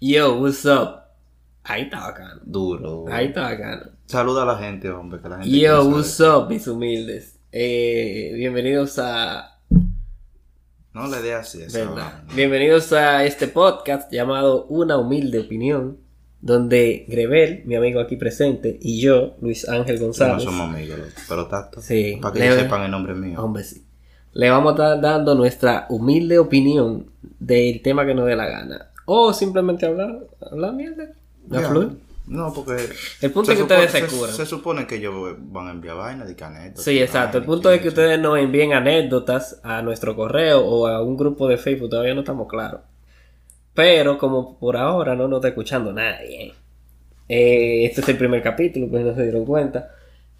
Yo, what's up? Ahí estaba cano. Duro. Ahí estaba cano. Saluda a la gente, hombre, que eh. la gente Yo, quiere what's saber. up, mis humildes. Eh, bienvenidos a. No le dé así a esa ¿verdad? vaina. Bienvenidos a este podcast llamado Una Humilde Opinión, donde Grevel, mi amigo aquí presente, y yo, Luis Ángel No González. somos amigos, loco, pero tanto. Sí. Para que Le- ellos sepan el nombre mío. Hombre, sí. Le vamos a estar dando nuestra humilde opinión del tema que nos dé la gana. O simplemente hablar, hablar mierda. ¿No Ya. fluye? No, porque. El punto es que ustedes se curan. Se supone que ellos van a enviar vainas de canetas. Sí, exacto. El punto es que ustedes nos envíen anécdotas a nuestro correo o a un grupo de Facebook, todavía no estamos claros. Pero como por ahora no nos está escuchando nadie, eh, este es el primer capítulo, pues no se dieron cuenta.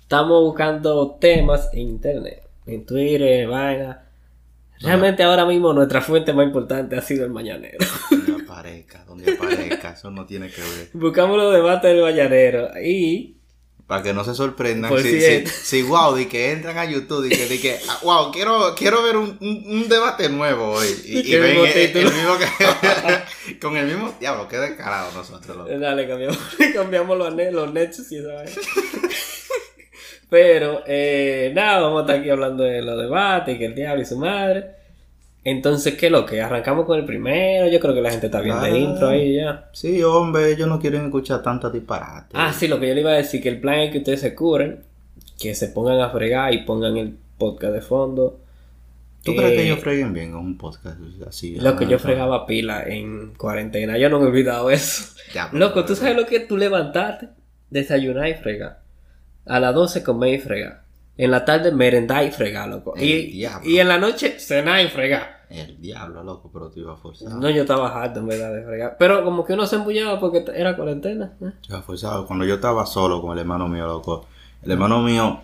Estamos buscando temas en internet, en Twitter, en vaina. Realmente ahora mismo nuestra fuente más importante ha sido el mañanero. Donde aparezca, donde aparezca, eso no tiene que ver. Buscamos los debates del mañanero y Para que no se sorprendan. Por Si, si, cierto. si, wow, de que entran a YouTube, de que, de que ah, wow, quiero, quiero ver un, un, un debate nuevo hoy. Y, Y y que el ven mismo el, el título. mismo que. con el mismo. Diablo, qué descarado nosotros. loco. Eh, Dale, cambiamos, cambiamos los, ane- los nexos y esa vaina. Pero, eh, nada, vamos a estar aquí hablando de los debates, que el diablo y su madre. Entonces, ¿qué es lo que? Arrancamos con el primero. Yo creo que la gente está viendo Ah. el intro ahí ya. Sí, hombre, ellos no quieren escuchar tantas disparates. Ah, sí, lo que yo le iba a decir, que el plan es que ustedes se curen, que se pongan a fregar y pongan el podcast de fondo. ¿Tú crees que Eh, ellos freguen bien con un podcast así? Loco, yo Ah, fregaba pila en cuarentena. Yo no me he olvidado eso. Ya, pero- Loco, ¿tú sabes lo que es tú levantarte, desayunar y fregar? A las 12 comer y fregar. En la tarde merendar y fregar, loco. El Y, diablo. y en la noche cenar y fregar. El diablo, loco, pero te iba a forzar. No, yo estaba harto en verdad de fregar. Pero como que uno se embullaba porque t- era cuarentena. ¿eh? Te iba a forzar. Cuando yo estaba solo con el hermano mío, loco, el hermano mío,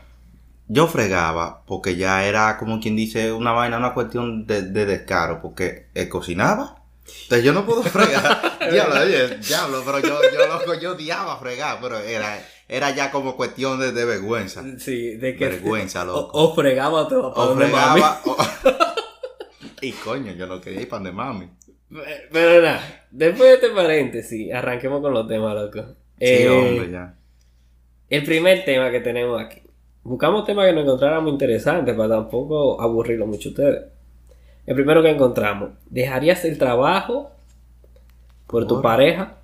yo fregaba porque ya era como quien dice una vaina, una cuestión de, de descaro, porque él cocinaba. Entonces yo no puedo fregar. diablo, oye, diablo, pero yo, yo, loco, yo odiaba fregar, pero era, era ya como cuestión de, de vergüenza. Sí, de que. Ah. Vergüenza, O, loco. o fregaba todo para O donde mami. fregaba. o- y coño, yo no quería ir pan de mami. Pero nada, después de este paréntesis, arranquemos con los temas, loco. sí, Eh, hombre, ya. El primer tema que tenemos aquí. Buscamos temas que nos encontráramos interesantes para tampoco aburrirlo mucho a ustedes. El primero que encontramos, ¿dejarías el trabajo por tu Por- pareja?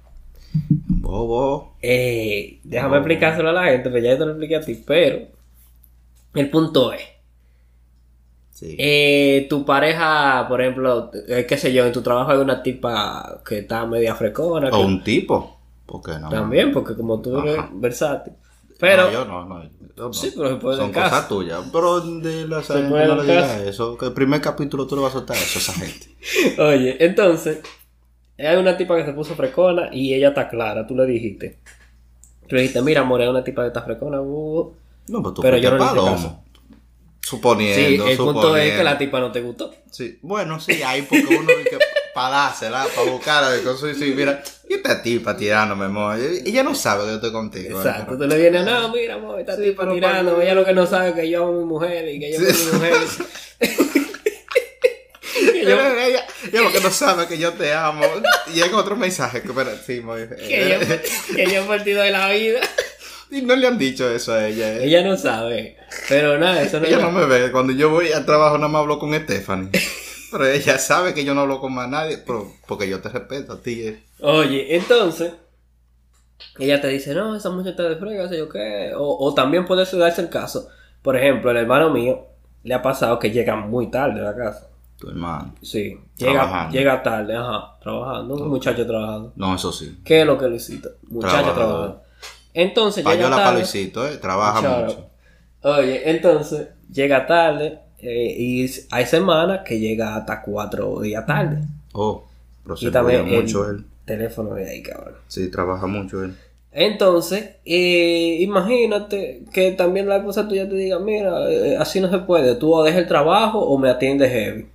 Bobo. Eh, déjame No. explicárselo a la gente, pero ya yo te lo expliqué a ti, pero el punto es, Sí. eh, tu pareja, por ejemplo, eh, qué sé yo, en tu trabajo hay una tipa que está media frecona, o que- un tipo. Porque no. también, porque como tú eres Ajá. versátil. Pero, No, yo no, no. yo no. Sí, pero se puede Son dar caso. cosas tuyas. Pero de la esa gente puede no dar le digas caso. eso. Que el primer capítulo tú le vas a soltar eso a esa gente. Oye, entonces, hay una tipa que se puso frecona y ella está clara, tú le dijiste. Tú le dijiste, mira, amor, hay una tipa que está frecona. uh, uh". No, pero tú Pero fuiste yo no le hice palomo. caso. Sí, Suponiendo, el punto es que suponiendo. la tipa no te gustó. Sí, bueno, sí, ahí porque uno dice para dársela, para buscarla, de cosas y sí, mira, y esta tipa tirándome, amor. Ella no sabe que yo estoy contigo. ¿eh? ¿verdad? Exacto, tú le vienes, no, mira, amor, esta Sí, tipa pero tirando, para- ella lo que no sabe es que yo amo a mi mujer y que yo Sí. amo a mi mujer. Que yo- Ella, ella, ella porque no sabe que yo te amo. Llega otro mensaje que, pero, sí, muy- que yo, que yo he partido de la vida. Y no le han dicho eso a ella. eh. Ella no sabe, pero nada, eso no Ella es no me ve. Cuando yo voy al trabajo nada más hablo con Stephanie. Pero ella sabe que yo no hablo con más nadie. pero- porque yo te respeto a ti. eh. Oye, entonces, ella te dice, no, esa muchacha está de frega, sé yo qué. O, o también puede ser- darse el caso. Por ejemplo, el hermano mío le ha pasado que llega muy tarde a la casa. Tu hermano. Sí, llega, Trabajando. llega tarde, ajá, trabajando, un muchacho trabajando. No, eso sí. ¿Qué es lo que Luisito? Muchacho Trabajador. trabajando. Entonces, llega Payola tarde. palicito, eh. Trabaja Chao. mucho. Oye, entonces, llega tarde eh, y hay semanas que llega hasta cuatro días tarde. Oh, pero se y también embulla el mucho él. teléfono de ahí, cabrón. Sí, trabaja mucho él. Entonces, eh, imagínate que también la esposa tuya te diga, mira, eh, así no se puede, tú o dejas el trabajo o me atiendes heavy.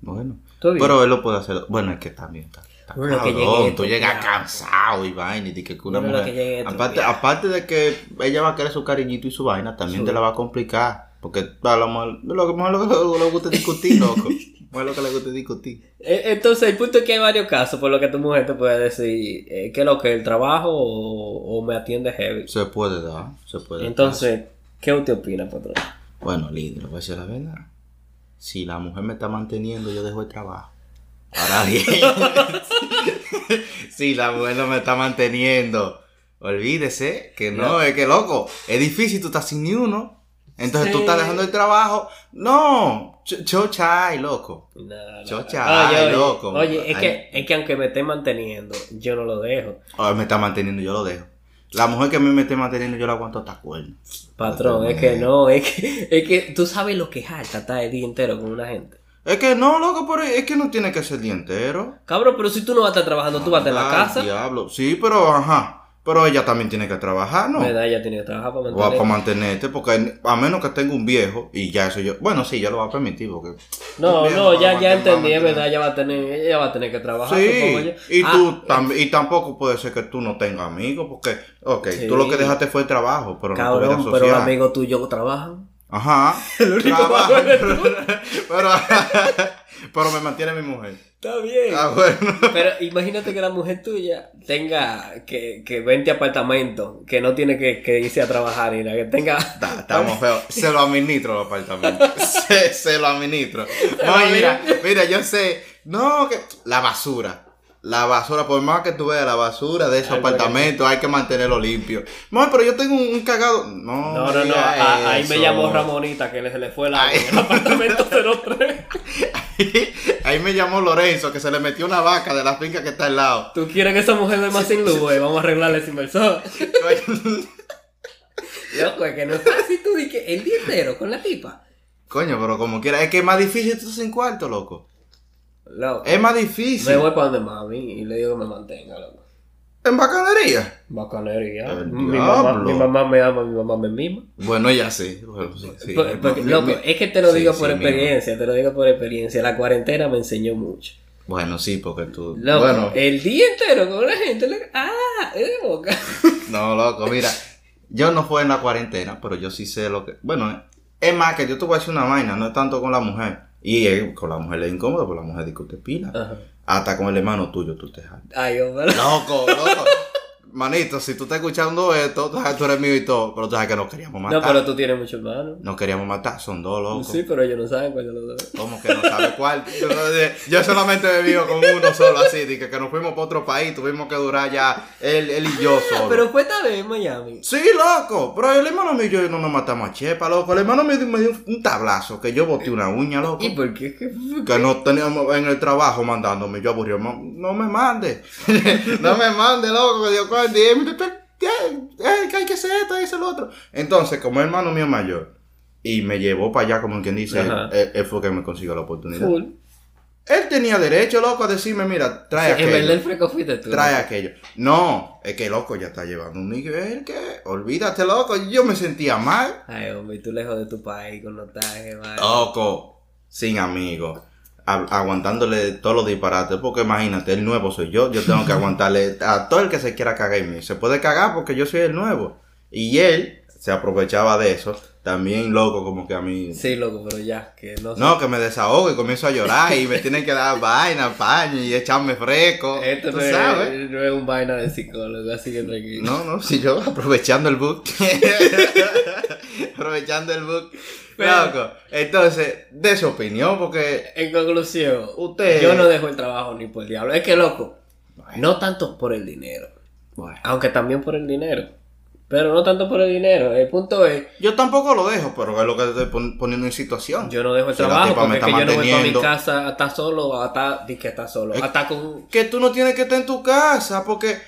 Bueno. Está bien. Pero él lo puede hacer. Bueno, es que también está. está Bueno, que cabrón, llegue tú esto, llegas ya. cansado y vaina y di que Bueno, una lo mujer- que llegue esto, aparte, ya. aparte de que ella va a querer su cariñito y su vaina, también Su- te la va a complicar. Porque a lo mejor lo que mejor lo que le gusta es discutir, loco. Más lo que le gusta discutir. Eh, Entonces, el punto es que hay varios casos por lo que tu mujer te puede decir, eh, ¿qué es lo que? ¿El trabajo o, o me atiende heavy? Se puede dar, se puede dar. Entonces, ¿qué usted opina, patrón? Bueno, líder, voy a decir la verdad. Si la mujer me está manteniendo, yo dejo el trabajo. Ahora bien. si la mujer no me está manteniendo, olvídese que no, es que loco, es difícil, tú estás sin ni uno. Entonces tú Sí. estás dejando el trabajo. No, cho- chocha, y loco. Nada. Chocha, Oye, ay, oye, loco. Oye, es Ay. que, es que aunque me esté manteniendo, yo no lo dejo. Ahora me está manteniendo, yo lo dejo. La mujer que a mí me esté manteniendo, yo la aguanto hasta cuerno. Patrón, es que no, es que, es que tú sabes lo que es alta estar el día entero con una gente. Es que no, loco, pero es que no tiene que ser el día entero. Cabrón, pero si tú no vas a estar trabajando, tú vas a estar en la Ay, casa. Diablo. Sí, pero ajá. Pero ella también tiene que trabajar, ¿no? ¿Verdad? Ella tiene que trabajar para Va mantener. para mantenerte, porque a menos que tenga un viejo, y ya eso yo. Bueno, sí, ya lo va a permitir, porque. No, Bien, no, ya, va- ya va- entendí, va- es verdad, ella va a tener, ella va a tener que trabajar. Ah, supongo Sí, yo. y Ah, tú tam- y tampoco puede ser que tú no tengas amigos, porque, ok, Sí. tú lo que dejaste fue el trabajo, pero no tu Ah, Cabrón, vida pero social. los amigos tuyos trabajan. Ajá. El único Trabajo, vago eres pero, pero me mantiene mi mujer. Está bien. Ah, bueno. Pero imagínate que la mujer tuya tenga que, que 20 apartamentos, que no tiene que, que irse a trabajar, y la que tenga. Ta- Estamos feos. Se lo administro el apartamento. Se, se lo administro. No, lo mira, mira, yo sé. No, que. La basura. La basura, por más que tú veas la basura de esos Algo que- apartamentos, hay que mantenerlo limpio. No, pero yo tengo un, un cagado. No, No, no, no. diga a- ahí me eso. llamó Ramonita que le- se le fue la Ay. el apartamento 03. ahí me llamó Lorenzo, que se le metió una vaca de la finca que está al lado. ¿Tú quieres que esa mujer de más sin luz, güey? Vamos a arreglarle ese inversor. Loco, es que no es fácil tú di que el día entero con la tipa. Coño, pero como quiera. Es que es más difícil tú sin cuarto, loco. Loco. Es más Me difícil. voy para donde mami y le digo que me mantenga, loco. En bacanería. Bacanería. El Mi mamá, diablo. mi mamá me ama, mi mamá me mima. Bueno, ya sí. Bueno, sí, sí. Por- porque, Mi- loco, mi- es que te lo sí, digo sí, por mi- experiencia, te lo digo por experiencia. La cuarentena me enseñó mucho. Bueno, sí, porque tú. Loco, Bueno, el día entero con la gente. loco, ah, es de boca. no, loco, mira. Yo no fue en la cuarentena, pero yo sí sé lo que. Bueno, es más que yo te voy a decir una vaina, no es tanto con la mujer. Y eh, con la mujer es incómodo, porque la mujer discute pila. Ajá. Hasta con el hermano tuyo tú te jalas. Ay, hombre. Loco, loco. Manito, si tú estás escuchando esto, tú sabes que tú eres mío y todo, pero tú sabes que nos queríamos matar. No, pero tú tienes muchos hermanos. Nos queríamos matar, son dos locos. Sí, pero ellos no saben cuál es lo de- ¿Cómo que no sabe cuál? Yo, yo solamente he vivido con uno solo así, de que, que nos fuimos para otro país, tuvimos que durar ya él, él y yo solo. Pero fue esta vez en Miami. Sí, loco, pero el hermano mío y yo no nos matamos a chepa, loco. El hermano mío me dio un tablazo que yo boté una uña, loco. ¿Y por qué? ¿Qué fue? Que no teníamos en el trabajo mandándome. Yo aburrido, no, no me mande. no me mande, loco. Que yo, "Cuál día?" Me dice, "Pero, ¿qué? Eh, que hay que hacer esto, hay que hacer lo otro. Entonces, como el hermano mío es mayor y me llevó para allá, como quien dice, Ajá. él, él fue que me consiguió la oportunidad. Full. Él tenía derecho, loco, a decirme, mira, trae Sí, en verdad aquello. el freco fuiste tú. Trae aquello. No, es que loco ya está llevando un nivel que. Olvídate, loco. Yo me sentía mal. Ay, hombre, y tú lejos de tu país con los tajes, vale. Oh. Loco. Sin amigos. a- Aguantándole todos los disparates. Porque imagínate, el nuevo soy yo. Yo tengo que aguantarle a todo el que se quiera cagar en mí. Se puede cagar porque yo soy el nuevo. Y él se aprovechaba de eso. También loco, como que a mí. Sí, loco, pero ya, que no sé. No, que me desahogo y comienzo a llorar y me tienen que dar vaina, paño y echarme fresco. Esto tú no es, sabes. no es un vaina de psicólogo, así que tranquilo. No, no, si yo aprovechando el book. aprovechando el book. Pero- Loco. Entonces, de su opinión, porque. En conclusión, Usted- yo no dejo el trabajo ni por el diablo. Es que, loco, no tanto por el dinero, aunque también por el dinero. Pero no tanto por el dinero. El punto es, Yo tampoco lo dejo, pero es lo que estoy pon- poniendo en situación. yo no dejo el Si la trabajo tipa porque me es está que yo no voy para mi manteniendo. casa a estar solo, a estar, di que estar solo, a estar con... Que tú no tienes que estar en tu casa, porque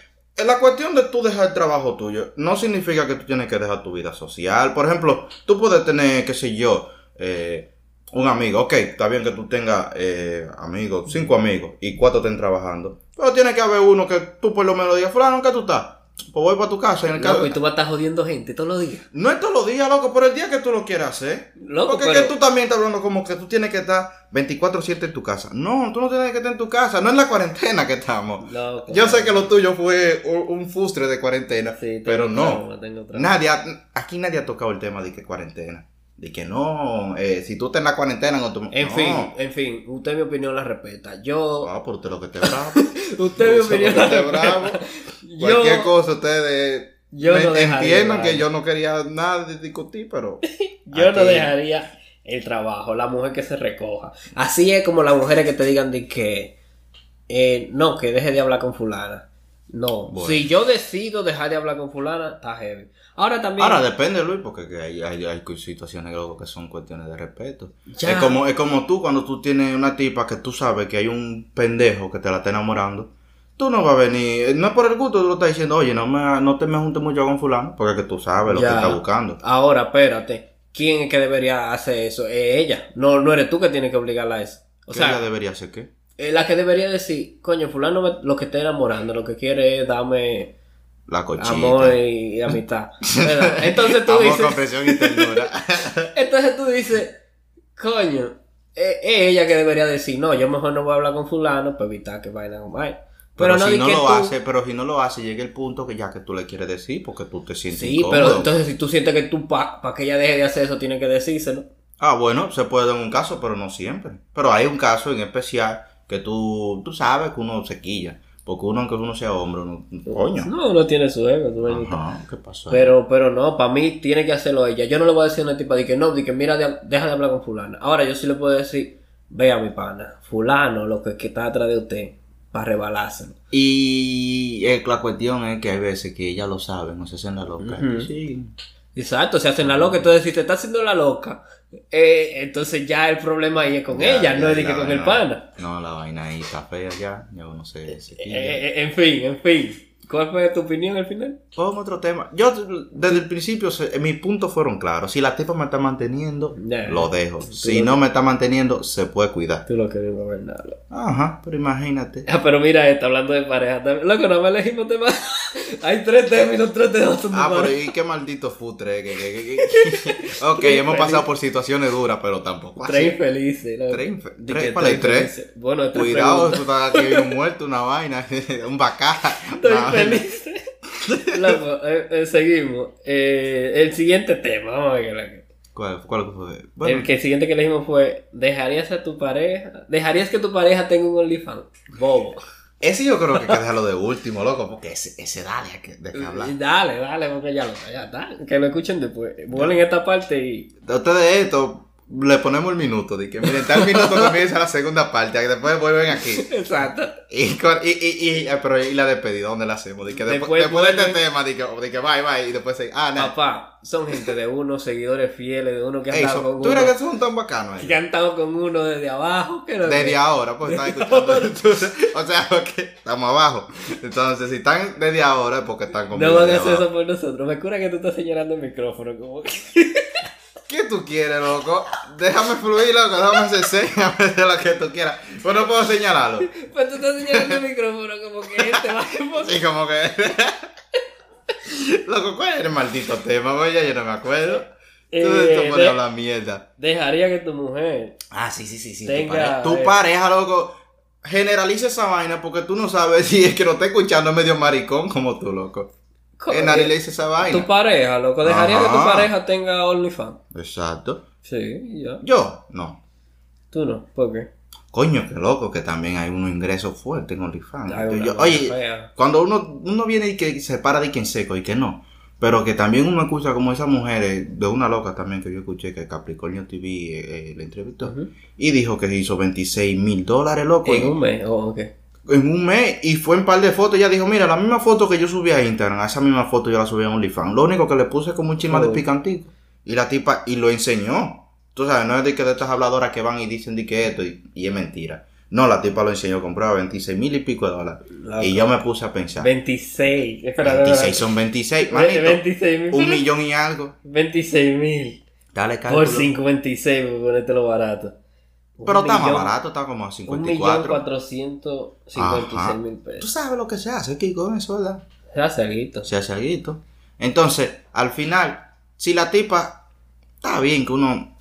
la cuestión de tú dejar el trabajo tuyo no significa que tú tienes que dejar tu vida social. Por ejemplo, tú puedes tener, qué sé yo, eh, un amigo. Ok, está bien que tú tengas eh, amigos, cinco amigos, y cuatro estén trabajando. Pero tiene que haber uno que tú por lo menos digas, fulano, ¿en qué tú estás? Pues voy para tu casa, en el caso... Loco, y tú vas a estar jodiendo gente todos los días. No es todos los días, loco, pero el día que tú lo quieras hacer. Loco, porque pero- es que tú también estás hablando como que tú tienes que estar 24-7 en tu casa. No, tú no tienes que estar en tu casa. No es la cuarentena que estamos. Loco. Yo sé que lo tuyo fue un, un fustre de cuarentena, Sí, tengo pero no. trauma, tengo trauma. Nadie, ha- aquí nadie ha tocado el tema de que cuarentena. De que no, eh, si tú estás en la cuarentena con tu En no. fin, en fin, usted mi opinión la respeta. Yo, Ah, pero usted lo que te bravo. usted mi Usted opinión lo la que te bravo. respeta. Cualquier Yo, cosa ustedes yo no dejaría, entiendan ¿verdad? que yo no quería nada de discutir, pero yo no aquí- dejaría el trabajo, la mujer que se recoja. Así es como las mujeres que te digan de que eh, no, que deje de hablar con fulana. No, Bueno. si yo decido dejar de hablar con fulana, está heavy. Ahora también... Ahora depende, Luis, porque que hay, hay, hay situaciones loco, que son cuestiones de respeto. Ya. Es como, es como tú cuando tú tienes una tipa que tú sabes que hay un pendejo que te la está enamorando. Tú no vas a venir, eh, no es por el gusto, tú lo estás diciendo, oye, no, me, no te me juntes mucho con fulano, porque es que tú sabes lo Ya. que está buscando. Ahora, espérate. ¿Quién es que debería hacer eso? Es ella. No, no eres tú que tienes que obligarla a eso. O ¿Qué sea, ella debería hacer qué? eh, la que debería decir, coño, fulano me- lo que está enamorando, lo que quiere es darme La cochita. amor y, y amistad. ¿Verdad? Entonces tú Amor, dices, comprensión y ternura. entonces tú dices, coño, eh, es ella que debería decir, no, yo mejor no voy a hablar con fulano para evitar que vayan con él. Pero, pero, no si di no que lo tú- hace, pero si no lo hace, llega el punto que ya que tú le quieres decir, porque tú te sientes Sí, incómodo. pero entonces si tú sientes que tú, para que ella deje de hacer eso, tienes que decírselo. Ah, bueno, se puede dar un caso, pero no siempre. Pero hay un caso en especial que tú, tú sabes que uno se quilla. Porque uno, aunque uno sea hombre, uno, coño. No, no tiene su ego, tú ven y Ajá, ¿qué pasó? Pero, pero no, para mí tiene que hacerlo ella. Yo no le voy a decir a una tipa de que no, de que mira, de- deja de hablar con fulana. Ahora yo sí le puedo decir, vea mi pana, fulano, lo que, que está atrás de usted, para rebalárselo. Y eh, la cuestión es que hay veces que ella lo sabe, no se hacen la loca. Ujú. Sí. Exacto, se hacen la loca, entonces si te está haciendo la loca, eh, entonces ya el problema ahí es con Ya, ella, ya, no es de la que con vaina- el pana. No, la vaina ahí está fea ya, yo no sé. se Eh, quilla. eh, en fin, en fin. ¿Cuál fue tu opinión al final? Pon otro tema. Yo desde el principio se- mis puntos fueron claros. Si la tipa me está manteniendo, Nah. lo dejo. Si lo- no me está manteniendo, se puede cuidar. Tú lo querías gobernarlo. Ajá, pero imagínate. Ah, pero mira esta, hablando de pareja. también. Loco, no me elegimos tema. Hay tres términos, tres temas. son de Ah, pareja. pero y qué maldito futre. eh, que- que- que- que- ok, hemos pasado por situaciones duras, pero tampoco así. Tres infelices. ¿no? Tres infe- De tres, que ¿cuál es tres? infelices. Bueno, tres Cuidado, preguntas. eso está que viene un muerto, una vaina, un bacá. Tres una vaina. infelices. Loco, eh, eh, seguimos. Eh, el siguiente tema, vamos a ver. qué es lo que- ¿Cuál, cuál fue? Bueno, el, que, el siguiente que elegimos fue, ¿dejarías a tu pareja? ¿Dejarías que tu pareja tenga un OnlyFans? Bobo. ese yo creo que hay que dejarlo de último, loco, porque ese, ese dale de que, de Mm. que hablar. Dale, dale, porque ya lo ya está. Que lo escuchen después. Vuelen esta parte y... A ustedes esto le ponemos el minuto, de que miren, tal minuto comienza la segunda parte, que después vuelven aquí. Exacto. Y, con- y, y, y- eh, pero y la despedida, ¿dónde la hacemos? De que Después después, después de este vuelven. tema, de que, de que bye, bye, y después se, ah, no. Papá, son gente de uno, seguidores fieles de uno que han Ey, estado son- con ¿Tú uno. crees que son tan bacanos Que ellos? han estado con uno desde abajo. Que no Desde ahora, pues están escuchando. Entonces, o sea, ok, estamos abajo. Entonces, si están desde ahora, es porque están conmigo. No van a desde hacer abajo. eso por nosotros. Me cura que tú estás señalando el micrófono. Como que... ¿Qué tú quieres, loco? Déjame fluir, loco, déjame hacer señas de lo que tú quieras. Pues no puedo señalarlo. Pues tú estás señalando el micrófono como que este va a Sí, como que. Loco, ¿cuál era el maldito tema? Voy ya, yo no me acuerdo. Tú Eh, te de- pones a hablar mierda. Dejaría que tu mujer. Ah, sí, sí, sí, sí. Tenga, tu pareja, tu eh. pareja, loco. Generaliza esa vaina porque tú no sabes si es que no está escuchando medio maricón como tú, loco. Eh, nadie le dice esa Tu vaina. pareja, loco. Dejaría que tu Ajá. pareja tenga OnlyFans. Exacto. Sí, ya. Yo, no. Tú no, ¿por qué? Coño, qué loco, que también hay unos ingresos fuertes en OnlyFans. Hay Entonces una yo- vaina Oye, fea. cuando uno, uno viene y que se para de quien seco y que no. Pero que también uno escucha como esas mujeres, de una loca también que yo escuché, que Capricornio TV eh, eh, le entrevistó, Ujú. y dijo que hizo 26 mil dólares, loco, En un mes, oh, ok. en un mes y fue en par de fotos. Ella dijo, mira, la misma foto que yo subí a Instagram, esa misma foto yo la subí a OnlyFans. Lo único que le puse como un chisme de Oh. picantico. Y la tipa, y lo enseñó. Tú sabes, no es de que de estas habladoras que van y dicen de que esto y, y es mentira. No, la tipa lo enseñó, compraba 26 mil y pico de dólares. Loco. Y yo me puse a pensar. 26. Ah, Espera, 26 son 26, manito. 26 mil. Un millón y algo. 26 mil. Dale cálculo. Por 56, por ponerte lo barato. Pero Un está más millón- barato, está como a Un millón 54. cuatrocientos Ajá. cincuenta y mil Tú pesos. sabes lo que se hace, Kiko, en eso, ¿verdad? Ya salito. se hace algo. Entonces, al final, si la tipa está bien que uno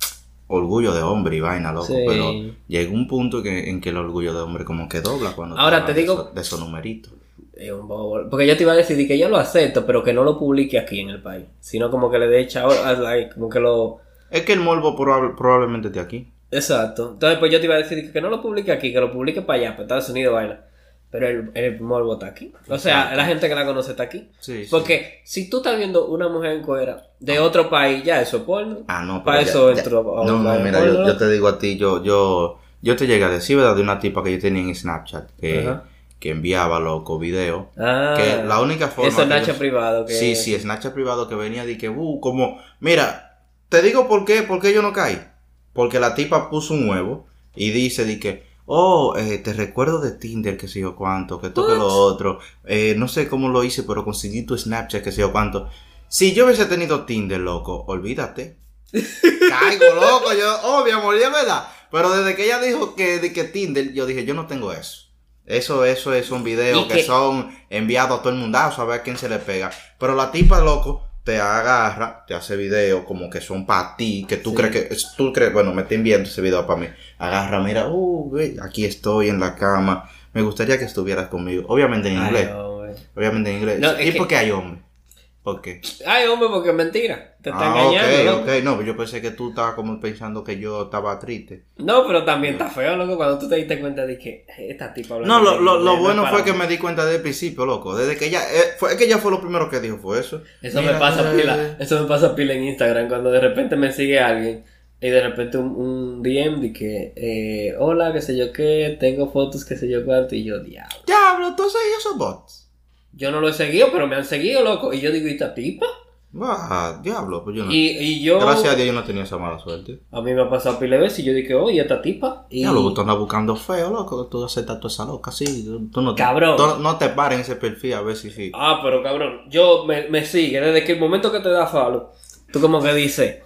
orgullo de hombre y vaina, loco, Sí. pero llega un punto que, en que el orgullo de hombre como que dobla cuando Ahora hablan te digo- de esos- de esos numeritos. Es un bobo. Porque yo te iba a decir de que yo lo acepto, pero que no lo publique aquí en el país. Sino como que le dé chao, a- like, como que lo. Es que el morbo proba- probablemente esté aquí. Exacto. Entonces, pues yo te iba a decir que no lo publique aquí, que lo publique para allá, para Estados Unidos, vaina. Pero el, el morbo está aquí. O sea, Exacto. la gente que la conoce está aquí. Sí, sí. Porque si tú estás viendo una mujer en cuera de otro país, ya eso es porno. Ah, no, Para pero ya- eso ya- entró a- a No, no, hablar de mira, yo, porno. yo te digo a ti, yo, yo, yo te llegué a decir, ¿verdad? De una tipa que yo tenía en Snapchat que, Ajá. que enviaba loco video. Ah, que la única forma. Eso es que Nacho yo- privado. Que... Sí, sí, Snapchat privado que venía de que, uh, como, mira, te digo por qué, por qué yo no caí. Porque la tipa puso un huevo y dice de que, oh, eh, te recuerdo de Tinder, que sé yo cuánto, que esto que lo What? otro. Eh, no sé cómo lo hice, pero conseguí tu Snapchat, que sé yo cuánto. Si yo hubiese tenido Tinder, loco, olvídate. Caigo, loco, yo, oh, mi amor, ya es verdad. Pero desde que ella dijo que, de que Tinder, yo dije, yo no tengo eso. Eso, eso es un video Y que, que- son enviados a todo el mundazo a ver quién se le pega. Pero la tipa, loco, te agarra, te hace video como que son para ti, que tú Sí. crees que, es- tú crees, bueno, me está enviando ese video para mí. Agarra, mira, uh, güey, aquí estoy en la cama. Me gustaría que estuvieras conmigo. Obviamente en Ay, inglés. hombre. Obviamente en inglés. No, ¿Y es que- por qué hay hombre? ¿Por qué? Ay, hombre, porque es mentira. Te está Ah, engañando. ok, loco. ok. No, pero yo pensé que tú estabas como pensando que yo estaba triste. No, pero también está feo, loco, cuando tú te diste cuenta de que esta tipa hablando No, lo, de lo- lo inglés, no bueno es fue para que mí. me di cuenta desde el principio, loco. Desde que ella... eh, fue, es que ella fue lo primero que dijo, fue eso. Eso Mira, me pasa eh, pila, eso me pasa pila en Instagram, cuando de repente me sigue alguien y de repente un, un DM de que, eh, hola, qué sé yo qué, tengo fotos, qué sé yo cuánto, y yo, diablo. Diablo, entonces ellos son bots. Yo no lo he seguido, pero me han seguido, loco, y yo digo, ¿y esta tipa? Bah, diablo, pues yo no. Y, y yo, Gracias a Dios yo no tenía esa mala suerte. a mí me ha pasado pila de veces, y yo dije, oh, ¿y esta tipa? Y, Ya lo tú andas buscando feo, loco. Tú aceptas toda esa loca, sí. Tú tú no te, Cabrón. tú no te pares en ese perfil a ver si sí. Ah, pero cabrón, yo me, me sigue. Desde que el momento que te da follow, tú como que dices,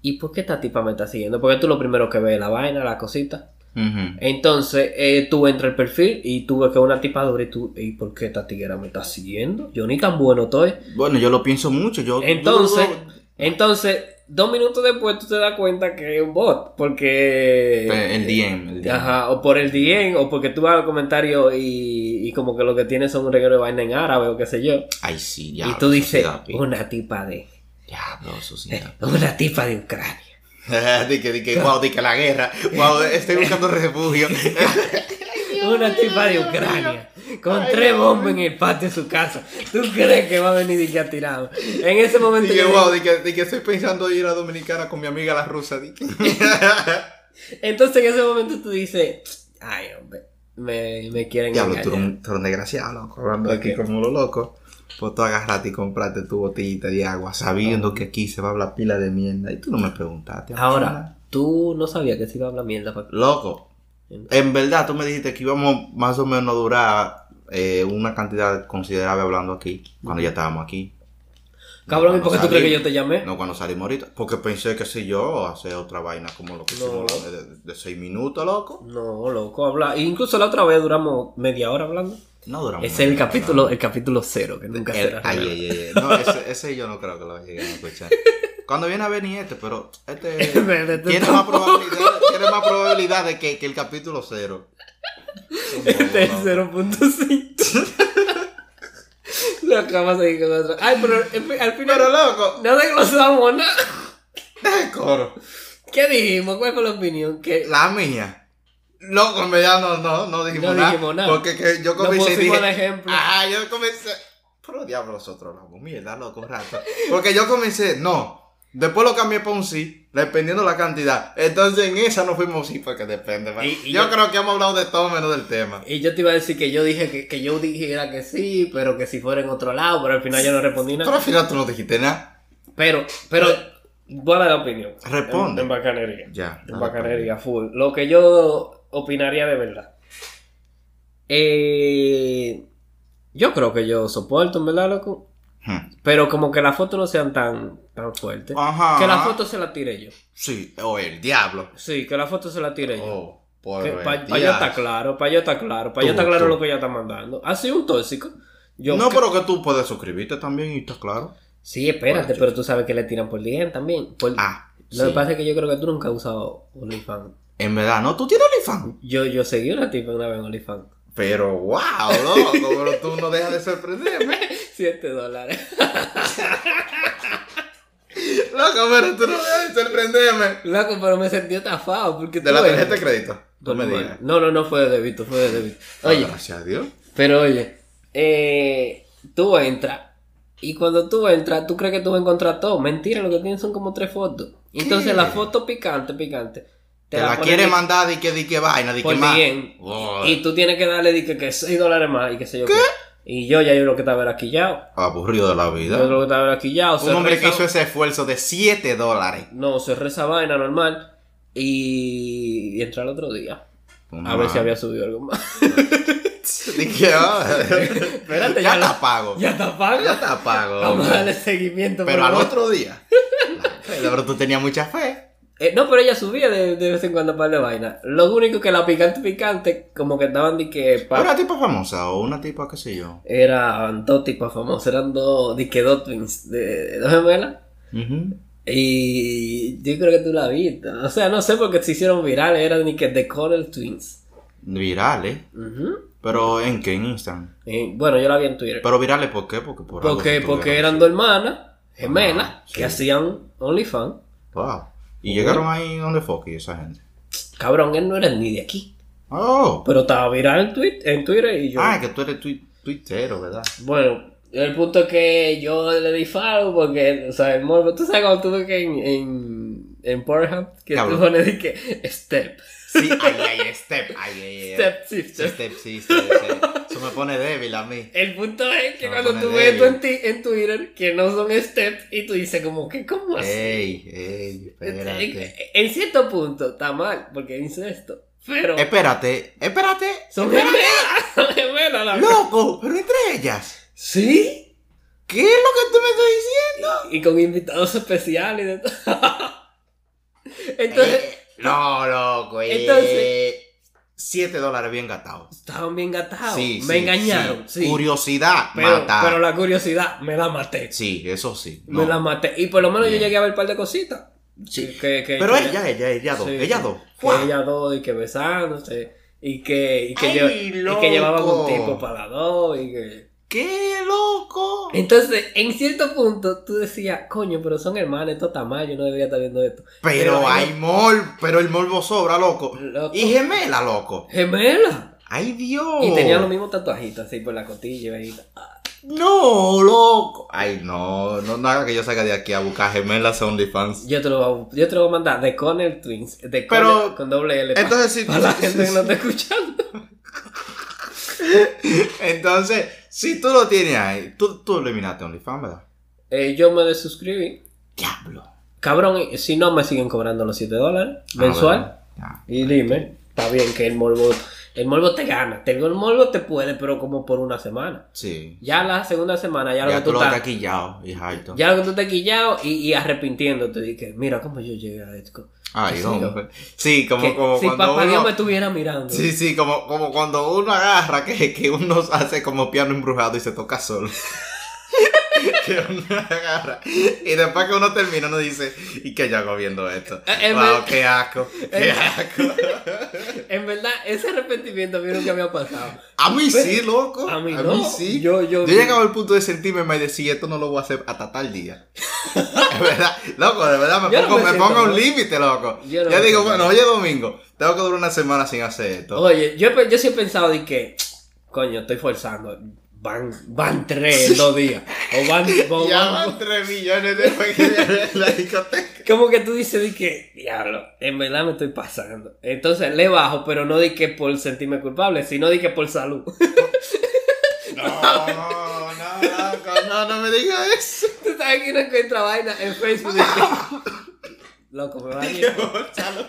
¿y por qué esta tipa me está siguiendo? Porque tú lo primero que ves, la vaina, la cosita. Ujú. Entonces, eh, tú entras al perfil y tú ves que es una tipa dura y tú, ¿y por qué esta tiguera me está siguiendo? Yo ni tan bueno estoy. Bueno, yo lo pienso mucho. Yo, Entonces, yo- yo- entonces, dos minutos después tú te das cuenta que es un bot, porque... Pues, eh, el DM. El DM. eh, Ajá, o por el DM, o porque tú vas al comentario y, y como que lo que tienes son un reguero de vaina en árabe o qué sé yo. Ay, sí, ya. Y tú dices, Diablo, una tipa de. sociedad. Una tipa de Ucrania. di que, di que, wow, di que la guerra. Wow, estoy buscando refugio. Una tipa de Ucrania. Con tres bombas en el patio de su casa. ¿Tú crees que va a venir y que ha tirado? En ese momento. Dije, yo digo- wow, di que, di que estoy pensando ir a Dominicana con mi amiga la rusa. di que- Entonces en ese momento tú dices, ay, hombre, me, me quieren Diablo, tú eres engañar. un, tú eres un desgraciado, loco, hablando aquí Ok. como lo loco. Pues tú agarraste y compraste tu botellita de agua sabiendo que aquí se va a hablar pila de mierda. Y tú no me preguntaste. Ahora, tú no sabías que se iba a hablar mierda. pa- Loco, en verdad tú me dijiste que íbamos más o menos a durar eh, una cantidad considerable hablando aquí, cuando ya estábamos aquí. Cabrón, ¿y Cuando por qué tú crees que yo salimos- te llamé? No, cuando salimos ahorita. Porque pensé que si yo hacer otra vaina como lo que No. hicimos de, de- de seis minutos, loco. No, loco, habla. Incluso la otra vez duramos media hora hablando. No duramos. Ese es el nada. capítulo, el capítulo cero, que nunca El- será. ay, ay, ay, ay. No, ese, ese yo no creo que lo lleguen a escuchar. Cuando viene a ver ni este, pero este Pero este tiene, más probabilidad, tiene más probabilidad de que, que el capítulo cero. Este es 0.5. Lo acabas de ir con otro. Ay, pero en fin, al final Pero loco, no desglosamos nada. deja el coro. ¿Qué dijimos? ¿Cuál fue la opinión? Que La mía. Loco, en verdad no, no, no dijimos, No nada, dijimos nada. Porque que yo No comencé y pusimos dije. el ejemplo. Ah, yo comencé. Pero diablo, nosotros hablamos mierda, loco, un rato. Porque yo comencé, no. Después lo cambié para un sí, dependiendo la cantidad. Entonces en esa no fuimos sí, porque depende. ¿vale? Y- y yo, yo- creo que hemos hablado de todo menos del tema. y yo te iba a decir que yo dije que, que yo dijera que sí, pero que si fuera en otro lado, pero al final yo no respondí Pero nada. al final tú no dijiste nada. Pero, pero, buena la opinión. Responde. Ah, En, en bacanería. Ya. En nada, bacanería, full. Lo que yo opinaría de verdad. Eh, yo creo que yo soporto, en verdad, loco. pues. Hmm. Pero como que las fotos no sean tan, tan fuertes. Ajá. Que la foto se la tire yo. Sí, o el diablo. Sí, que la foto se la tire yo. Oh, por el Para yo diablo. está claro, para yo está claro, para Tú, yo está claro tú. lo que ella está mandando. Ha sido un tóxico. Yo No, que- pero que tú puedes suscribirte también y está claro. Sí, espérate, Bueno, yo- pero tú sabes que le tiran por DM también. por- Ah, Lo que sí. pasa es que yo creo que tú nunca has usado OnlyFans. En verdad, no, tú tienes OnlyFans. Yo, yo seguí una tipa una vez en OnlyFans. Pero wow, loco, pero tú no dejas de sorprenderme. 7 dólares. Loco, pero tú no debes sorprenderme. Loco, pero me sentí estafado. Porque De tú la eres- tarjeta de crédito. No me Normal. digas. No, no, no fue de débito, fue de débito. Oye, Ah, Gracias a Dios. pero oye, eh, tú entras. Y cuando tú entras, tú crees que tú vas a encontrar todo. Mentira, lo que tienen son como tres fotos. Entonces ¿Qué? la foto picante, picante. Te, la, ponen quiere en- mandar de que, de que vaina, de que por más. 100, Oh. Y tú tienes que darle di que, que 6 dólares más y qué sé yo qué. Y yo ya yo lo que estaba era quillado. Aburrido de la Yo vida. lo que estaba era quillado. Un cerré hombre que esa- hizo ese esfuerzo de 7 dólares. No, cerré esa vaina normal. Y, y entré al otro día. A Una ver si vaina. había subido algo más. De que, ah, Espérate, ya ya, está la- pago. ya está pago. Ya está pago. Vamos a hombre. darle seguimiento. por Pero al favor. otro día. Pero tú tenías mucha fe. Eh, no, pero ella subía de, de vez en cuando un par de vainas. Lo único que la picante picante, como que estaban de que pa- Una tipa famosa o una tipa, qué sé yo. eran dos tipos famosos, eran dos de que dos twins, de, de dos gemelas. Ujú. Y yo creo que tú la viste. O sea, no sé porque se hicieron virales, eran ni que The Corel Twins. Virales. Ujú. Pero en qué? En Instagram. Y, bueno, yo la vi en Twitter. Pero virales, ¿por qué? Porque, por algo porque se porque tuvieron. eran dos hermanas, gemelas, Ah, sí. que hacían OnlyFans. Wow. Y llegaron ahí donde Foki esa gente. Cabrón, él no era ni de aquí. Oh. Pero estaba viral en, Twitter en Twitter y yo. Ah, que tú eres tui- tuitero, ¿verdad? Bueno, el punto es que yo le di follow porque, o sea, el morbo. Tú sabes cuando tuve que en, en, en Pornhub, que tú Cabrón. pones de que step, Sí, ay, ay, step, ay, ay, ay. step Eh, Sí, sister. step, sí, sí, sí. Eso me pone débil a mí. El punto es que No, cuando pone tú ves débil. esto en, ti- en Twitter que no son steps y tú dices como que cómo así. Ey, ey, en, Eh, espérate. en cierto punto está mal porque dice esto, pero Espérate, espérate. son Eh, espérate. gemelas, son gemelas la Loco, pero entre ellas. Sí, ¿Qué es lo que tú me estás diciendo? y con invitados especiales. y de todo. Entonces, Eh, no, loco, eh. Entonces- 7 dólares bien gastados. Estaban bien gatados. Sí, me sí, engañaron. Sí. sí. Curiosidad, Pero, mata. pero la curiosidad me la maté. Sí, eso sí. Me no. la maté. Y por lo menos Bien. yo llegué a ver un par de cositas. Sí. Que- que- Pero que- ella, ella, ella dos, sí, ella sí. dos. Que ¡Guau! ella dos y que besándose. Y que, y que, ¡Ay, lle- y que loco! llevaban un tiempo para las dos. Y que... ¡Qué loco! Eh, Entonces, en cierto punto, tú decías, coño, pero son hermanos, esto está mal, yo no debería estar viendo esto. Pero pero hay hay- mol, pero el morbo sobra, loco. Loco. Y Oh. gemela, loco. Gemela. ¡Ay, Dios! Y tenía los mismos tatuajitos así por la costilla. Y... No, loco. Ay, no, no, no haga que yo salga de aquí a buscar gemelas a OnlyFans. Yo te lo voy a, yo te lo voy a mandar de Connell Twins. De Pero- Connell con doble L. pa- Entonces, si, Para la gente que no está escuchando. entonces, si tú lo tienes ahí, tú, tú eliminaste OnlyFans, ¿verdad? Eh, yo me desuscribí. Diablo. Cabrón, y si no me siguen cobrando los 7 dólares Ah, mensual. ¿verdad? Ah. y dime, está bien que el morbo, el morbo te gana. Te- El morbo te puede, pero como por una semana. Sí. Ya la segunda semana, ya, Ya, lo que tú tú lo has estás. quillado, y harto. Ya lo que tú te has quillado y, y arrepintiéndote. Dije, mira cómo yo llegué a esto. Ay, Sí, hombre. Sí, como, Que como si cuando papá uno... Dios me estuviera mirando. Sí, sí, como, como cuando uno agarra que, que uno hace como piano embrujado y se toca solo. que uno agarra. Y después que uno termina, uno dice, ¿y qué yo hago viendo esto? Eh, eh, wow, me- qué asco, qué Eh. asco. En verdad, ese arrepentimiento a mí nunca me ha pasado. A mí sí, loco. eh, A mí no. sí. Yo- yo- llegaba al punto de sentirme mal y decir, esto no lo voy a hacer hasta tal día. es verdad, loco, de verdad, me Yo no pongo, me me siento pongo un mal. límite, loco. Yo no ya me digo, siento bueno, mal. hoy es domingo, tengo que durar una semana sin hacer esto. Oye, yo, he pe- yo sí he pensado de que, coño, estoy forzando. Van, van tres en dos días. O van, o Ya van- van 3 millones de pequeños en la discoteca. Como que tú dices de que, diablo, en verdad me estoy pasando. Entonces le bajo, pero no di que por sentirme culpable, sino di que por salud. No, no, no, no, no me digas eso. Tú sabes que uno encuentra vaina en Facebook de que, loco, me va a Qué ir. bóchalo.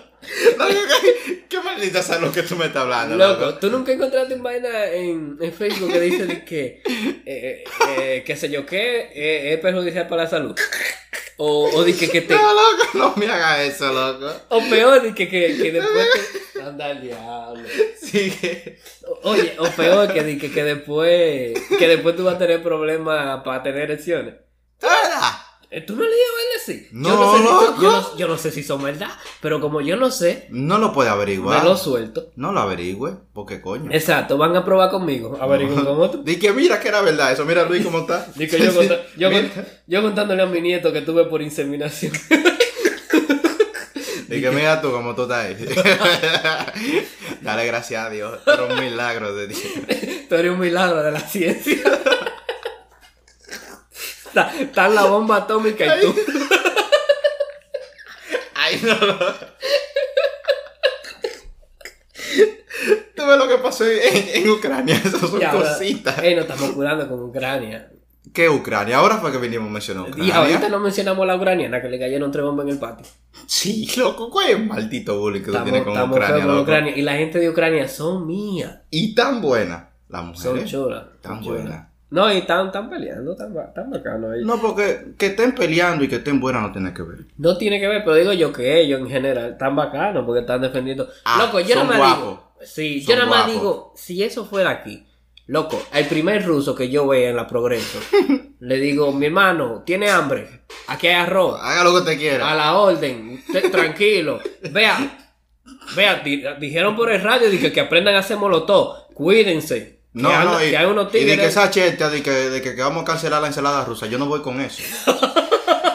No, qué, qué maldita salud que tú me estás hablando, Loco, loco. tú nunca encontraste una vaina en, en Facebook que dice de que, eh, eh, eh, qué sé yo qué, eh, es perjudicial para la salud. O, o de que, que te, No, loco, no me hagas eso, loco. O peor, de que, que, que después te... Anda al diablo. Sigue. O- Oye, o peor, que, de que, que después que después tú vas a tener problemas para tener elecciones. ¿Verdad? Eh, ¿Tú no le ibas a decir? yo No, no, sé si- loco. yo, no, yo no sé si son verdad, pero como yo no sé, No lo puede me averiguar. lo suelto. No lo averigüe, porque coño. Exacto, van a probar conmigo. Averigüen con otro. Di que mira que era verdad eso. Mira Luis cómo está. Di que yo, conta- yo Mira. con- yo contándole a mi nieto que tuve por inseminación. Di que mira tú cómo tú estás ahí. Dale gracias a Dios. Era un milagro de Dios. Tú eres un milagro de la ciencia. Está, está la bomba atómica y tú. Ay, no. Tú ves lo que pasó en, en Ucrania. Esas son Ya, ahora- eh. cositas. Ey, nos estamos curando con Ucrania. ¿Qué Ucrania? Ahora fue que vinimos a mencionar Y ahorita Ucrania. no mencionamos la ucraniana que le cayeron tres bombas en el patio. Sí, loco. ¿Cuál es el maldito bullying que tú Estamos, tienes con estamos Ucrania, feos con loco? Ucrania. Y la gente de Ucrania son mías. Y tan buena. Las Son mujeres. choras. Tan son choras. buenas. No, y están, están peleando, están, ba- están bacanos ellos. No, porque que estén peleando y que estén buenas no tiene que ver. No tiene que ver, pero digo yo que ellos en general están bacanos porque están defendiendo. Ah, loco, yo nada son más guapos. digo. Sí, Son yo nada más guapos. digo, si eso fuera aquí, loco, el primer ruso que yo vea en la progreso, le digo, mi hermano, tiene hambre, aquí hay arroz, Haga lo que te a quiera. la orden, Usted tranquilo, vea, vea, di- dijeron por el radio dije, que aprendan a hacer molotov, cuídense. No, que, anda- no, y, que hay unos y de que tigres. esa cheta de que, de que, que vamos a cancelar la ensalada rusa, yo no voy con eso.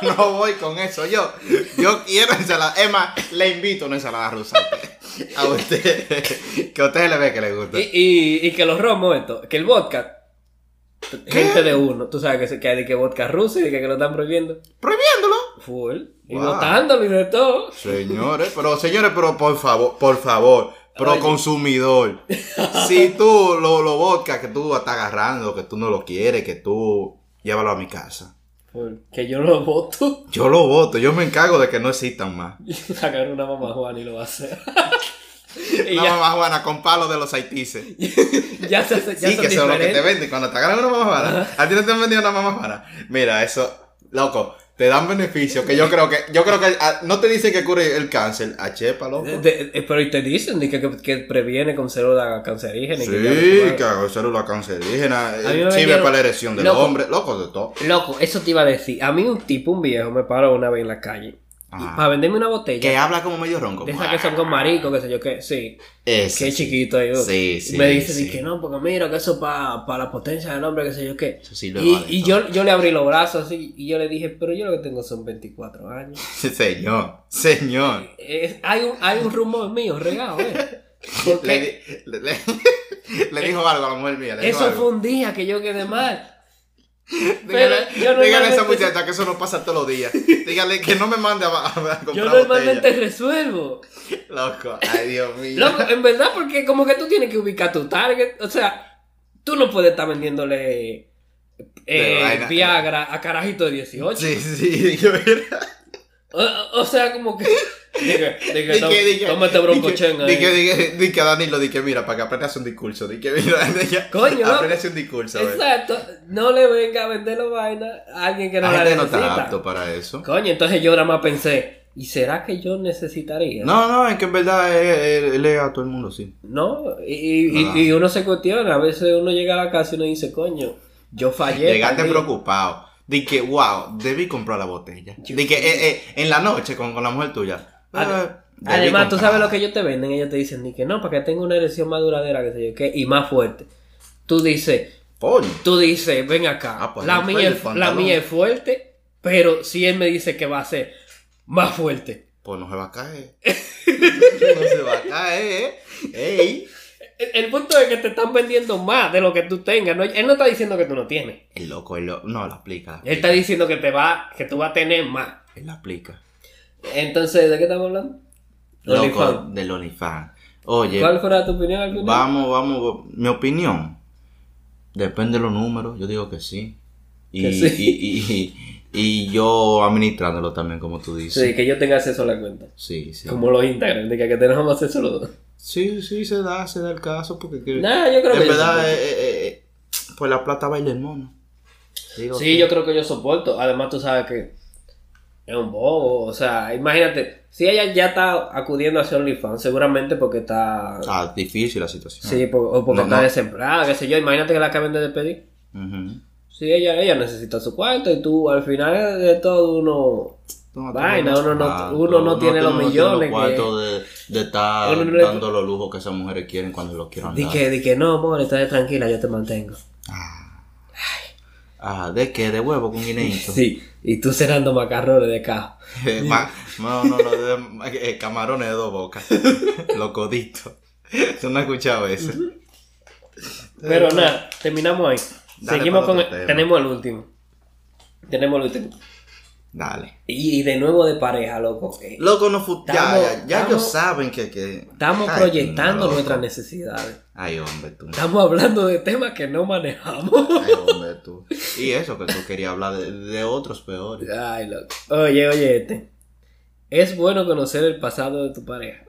no voy con eso, yo. Yo quiero ensalada. Es más, le invito una ensalada rusa a usted. A usted. que a usted le ve que le gusta. Y, y- y que los romos esto, que el vodka. Gente de uno, tú sabes que, se- que hay de que vodka ruso y de que, que lo están prohibiendo. Prohibiéndolo. Full. Y Wow. botándolo y de todo. Señores, pero señores, pero por favor, por favor, pro Oye. consumidor. si tú lo, lo vodka que tú estás agarrando, que tú no lo quieres, que tú llévalo a mi casa. Full. Que yo lo voto. Yo lo voto, yo me encargo de que no existan más. Y sacar una mamá Juan y lo va a hacer. y Una ya, mamá Juana con palo de los haitises. ya se hace. Ya Sí, son que eso es lo que te diferentes. venden. Cuando te agarran una mamá Juana, a ti no te han vendido una mamá Juana. Mira, eso, loco, te dan beneficios que yo creo que, yo creo que, ah, no te dicen que cure el cáncer, a chepa, loco. De- de- eh, pero y te dicen de que, que, que previene con células cancerígenas. y Sí, que ya- que hago célula cancerígena, me eh, sirve vendieron- para la erección del Loco. hombre, loco de todo. Loco, eso te iba a decir. A mí un tipo, un viejo, me paró una vez en la calle. y Ajá. Para venderme una botella. Que habla como medio ronco. de esas que son con marico, qué sé yo qué. Sí. Ese, Qué sí. chiquito yo. Sí, sí, Me dice sí. que no, porque mira que eso es para la potencia del hombre, que sé yo qué. Eso sí lo y vale y todo. yo, yo le abrí los brazos así y yo le dije, pero yo lo que tengo son 24 años. Sí, Señor, señor. Eh, hay, un, hay un rumor mío regado, ¿eh? Porque Le, di- le- le- le dijo algo a la mujer mía. Le dijo eso algo. fue un día que yo quedé mal. Dígale, Pero yo dígale a esa normalmente- muchacha que eso no pasa todos los días. Dígale que no me mande a, a- a comprar Yo botella. normalmente resuelvo. Loco, ay Dios mío. Loco, en verdad, porque como que tú tienes que ubicar tu target. O sea, tú no puedes estar vendiéndole eh, vaina. Viagra a carajito de 18. Sí, sí, yo O, o sea, como que. Dije, dije, Di "Tó- que- di que- tómate broncochen este Di ahí. que, di que, di que a Danilo, di que mira, para que aprendas un discurso. Di que mira, di que- Coño, ¿no? aprendas un discurso. a ver. Exacto, no le venga a vender la vaina a alguien que no La la, gente no necesita. está apto para eso. Coño, entonces yo nada más pensé, ¿y será que yo necesitaría? No, no, es que en verdad eh, él, él- él es a todo el mundo, sí. No, y, y- No. y uno se cuestiona, a veces uno llega a la casa y uno dice, coño, yo fallé. Llegaste perdí. preocupado. Di que, wow, debí comprar la botella. Di que eh, eh, en la noche con, con la mujer tuya. Ad- eh, debí Además, tú comprar. sabes lo que ellos te venden, ellos te dicen, ni que no, para que tenga una erección más duradera, que sé yo, qué, y más fuerte. Tú dices, Coño. tú dices, ven acá, Ah, pues, la, no mía fue el es, la pantalón. mía es fuerte, pero si él me dice que va a ser más fuerte. Pues no se va a caer. no se va a caer. ¿eh? Ey. El, el punto es que te están vendiendo más de lo que tú tengas, ¿no? él no está diciendo que tú no tienes, El loco, el loco. No, la aplica. él está diciendo que te va, que tú vas a tener más. Él la aplica. Entonces, ¿de qué estamos hablando? Loco OnlyFans. del OnlyFans. Oye, ¿Cuál fuera tu opinión al final? vamos, vamos. Mi opinión. Depende de los números. Yo digo que sí. Y, Que sí. y- y- y- y yo administrándolo también, como tú dices. Sí, que yo tenga acceso a la cuenta. Sí, sí. Como los Instagram, de que, que tenemos acceso los dos. Sí, sí, se da, se da el caso. Porque que- Nah, yo creo que en yo verdad, soporto. eh, eh, eh, pues la plata baila el mono. Digo Sí, que- yo creo que yo soporto. Además, tú sabes que es un bobo. O sea, imagínate, si ella ya está acudiendo a hacer OnlyFans, seguramente porque está. Está difícil la situación. Sí, po- o porque Ah. No, está no. desempleada, qué sé yo. Imagínate que la acaben de despedir. Ujú. Sí, ella, ella necesita su cuarto y tú al final de todo uno... Tú no Vaina, tienes uno no- cuarto, uno no tiene los millones que- cuartos de, de estar Uno no le- dando los lujos que esas mujeres quieren cuando los quieran Di dar. que, di que no, amor, estás tranquila, yo te mantengo. Ah, ¿de qué? ¿De huevo con guineito? Sí, y tú cenando macarrones de caja. Eh, ma- no, no, no, de- eh, camarones de dos bocas. los coditos. Tú no has escuchado eso. Pero nada, terminamos ahí. Eh, Dale Seguimos para con... otro el- tema. Tenemos el último. Tenemos el último. Dale. Y, y de nuevo de pareja, loco. que Loco, no fu- Ya, Estamos- ya, ya estamos- ellos saben que. que- Estamos Ay, proyectando loco. nuestras necesidades. Ay, hombre, tú. Estamos hablando de temas que no manejamos. Ay, hombre, tú. Y eso que tú querías hablar de, de otros peores. Ay, loco. Oye, oye, este. Es bueno conocer el pasado de tu pareja.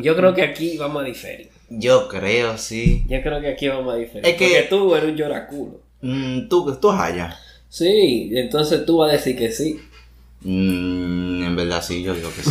Yo creo que aquí vamos a diferir. Yo creo, sí. Yo creo que aquí vamos a diferir. Es que- Porque tú eres un lloraculo. Mm, tú, tú allá. Sí, entonces tú vas a decir que sí. Mm, en verdad sí, yo digo que sí.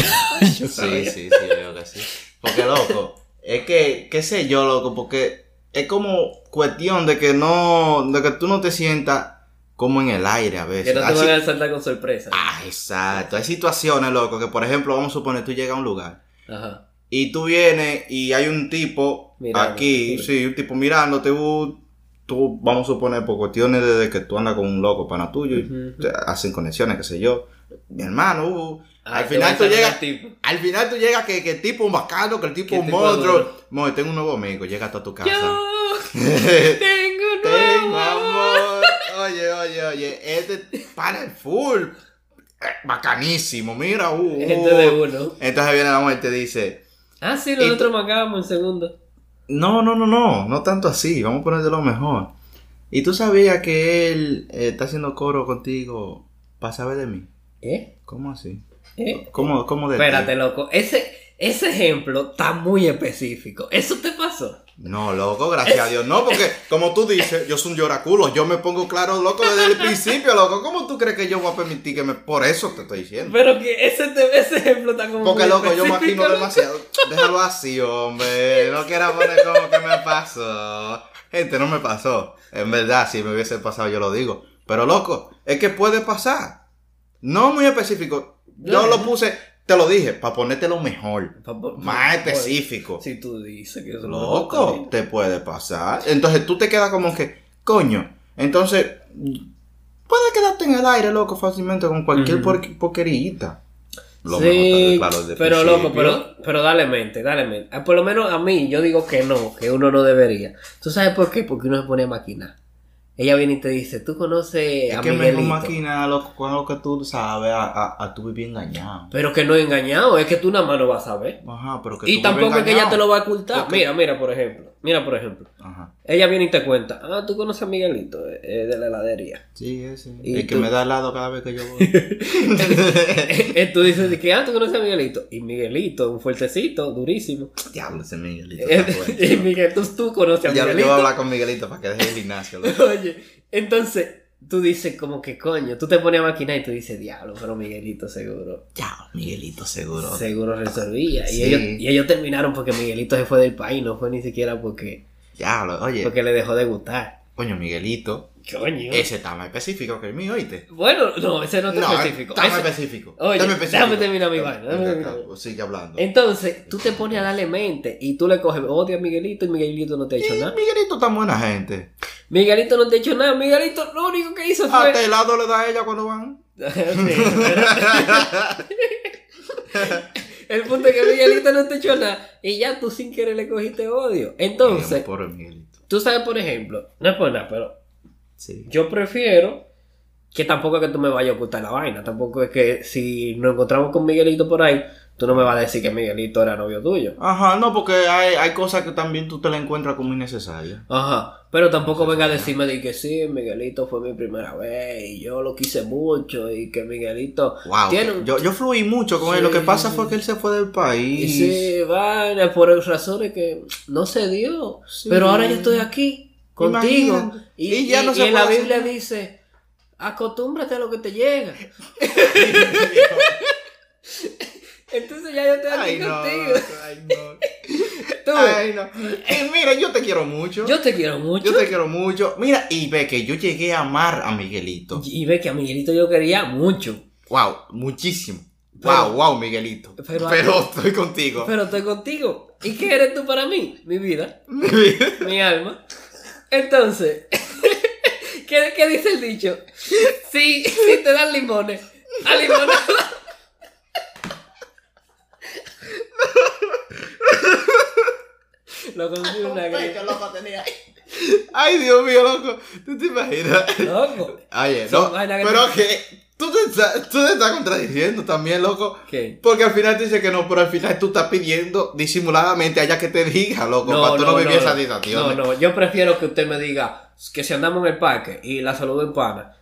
Yo sí, sabía. sí, sí, yo digo que sí. Porque loco, es que, qué sé yo, loco, porque es como cuestión de que no, de que tú no te sientas como en el aire a Que veces. no te Hay van si- a saltar con sorpresa. Ah, exacto. Hay situaciones, loco, que por ejemplo, vamos a suponer, tú llegas a un lugar Ajá. y tú vienes y hay un tipo Mirando. aquí, sí, un tipo mirándote, uh, tú, vamos a suponer, por cuestiones de de que tú andas con un loco pana tuyo y Ujú. te hacen conexiones, qué sé yo. Mi hermano, uh, Ah, al te final va a tú saltar llegas- el tipo. al final tú llegas que, que el tipo un bacano, que el tipo Que un tipo monstruo. duro. Mole, tengo un nuevo amigo, llega hasta tu casa. Yo tengo un Tengo nuevo amor. Oye, oye, oye, este para el full. eh, Bacanísimo, mira, uh, uh. Gente de uno. Entonces viene la mujer y te dice, Ah, sí, Y tú- nosotros marcábamos en segundo. no, no, no, no, no tanto así, vamos a ponerte lo mejor. Y tú sabías que él eh, está haciendo coro contigo para saber de mí. ¿Eh? ¿Cómo así? ¿Eh? ¿Cómo, cómo de ti? Espérate, loco. Ese, ese ejemplo está muy específico. ¿Eso te pasó? No, loco, gracias a Dios. No, porque como tú dices, yo soy un lloraculo. Yo me pongo claro, loco, desde el principio, loco. ¿Cómo tú crees que yo voy a permitir que me... Por eso te estoy diciendo. Pero que ese, te- ese ejemplo está como. Porque, muy loco, yo específico, maquino loco. demasiado. Déjalo así, hombre. No quieras poner como que me pasó. Gente, no me pasó. En verdad, si me hubiese pasado, yo lo digo. Pero, loco, es que puede pasar. No muy específico. Yo lo puse, te lo dije, para ponerte lo mejor. Pa- pa- Más pa- específico. Si tú dices que eso Loco, te puede pasar. Entonces tú te quedas como que, coño. Entonces, puedes quedarte en el aire, loco, fácilmente con cualquier Ujú. por- porquerita. Lo sí, mejor está de claro desde el pero loco, principio. pero, pero dale mente, dale mente. Ah, Por lo menos a mí, yo digo que no, que uno no debería. ¿Tú sabes por qué? Porque uno se pone a maquinar. Ella viene y te dice, tú conoces Es a que Miguelito. mejor máquina, loco, con lo que tú sabes, a, a, a tú vivir engañado. Pero que no he engañado, es que tú nada más no vas a saber. Ajá, pero que tú Y vives tampoco es que ella engañado. te lo va a ocultar. Porque- Mira, mira, por ejemplo. Mira, por ejemplo. Ajá. Ella viene y te cuenta, ah, tú conoces a Miguelito eh, eh, de la heladería. Sí, ese. Y El que tú- me da helado cada vez que yo voy. Eh, tú dices de que, ah, tú conoces a Miguelito. Y Miguelito, un fuertecito, durísimo. Diablo, ese Miguelito. Eh, está bueno, y loco. Miguel, tú, tú conoces a Ya- Yo voy a Miguelito. hablar con Miguelito para que deje el gimnasio. loco. Oye, entonces tú dices como que coño, tú te pones a maquinar y tú dices, diablo, pero Miguelito seguro, Ya, Miguelito seguro. seguro resolvía. Sí. Y, ellos, y ellos terminaron porque Miguelito se fue del país, no fue ni siquiera porque, Ya, lo- oye, porque le dejó de gustar. coño, Miguelito. Coño. Ese está más específico que el mío, ¿oíste? Bueno, no, ese no está específico. Está más Ese- específico. Oye, está más específico. déjame terminar mi Está- vaina, Este déjame acá, terminar. Sigue hablando. Entonces, tú te pones a darle mente y tú le coges odio a Miguelito y Miguelito no te ha hecho Y nada. Miguelito está buena gente. Miguelito no te ha hecho nada. Miguelito lo único que hizo fue. Hasta helado le da a ella cuando van. Sí, pero- El punto es que Miguelito no te echó nada y ya tú sin querer le cogiste odio. Digamos, Entonces, Pobre Miguelito. tú sabes, por ejemplo, no es por nada, pero Sí. yo prefiero que tampoco es que tú me vayas a ocultar la vaina, tampoco es que si nos encontramos con Miguelito por ahí, tú no me vas a decir que Miguelito era novio tuyo. Ajá, no, porque hay, hay cosas que también tú te la encuentras como innecesarias. Ajá, pero tampoco venga a decirme de que sí, Miguelito fue mi primera vez y yo lo quise mucho y que Miguelito Wow. tiene un Yo, yo fluí mucho con él. Lo que Sí. pasa fue que él se fue del Y país. sí, vaina, por razones que no se dio. Sí. Pero ahora yo estoy aquí contigo. Imagínate. Y, Y ya y- no y se en la puede hacer Biblia nada. dice, acostúmbrate a lo que te llega. Entonces ya yo estoy aquí Ay, no, contigo. ay, no. Tú, Ay, no. Eh, mira, yo te quiero mucho. yo te quiero mucho. Yo te quiero mucho. Mira, y ve que yo llegué a amar a Miguelito. Y ve que a Miguelito yo quería mucho. Wow, muchísimo. Pero- wow, wow, Miguelito. pero- Pero, estoy contigo. Pero estoy contigo. ¿Y qué eres tú para mí? Mi vida, mi alma. Entonces, ¿qué, qué dice el dicho? Si, si te dan limones, a limonada. Lo conseguí una gripe. Ay, Dios mío, loco. ¿Tú te imaginas? Loco. Oye, Son no. vainas que Pero no- que tú te, estás- tú te estás contradiciendo también, loco. ¿Qué? Porque al final te dice que no, pero al final tú estás pidiendo disimuladamente allá que te diga, loco, para tú no, vivir esa situación. No, no, yo prefiero que usted me diga que si andamos en el parque y la saludo en pana.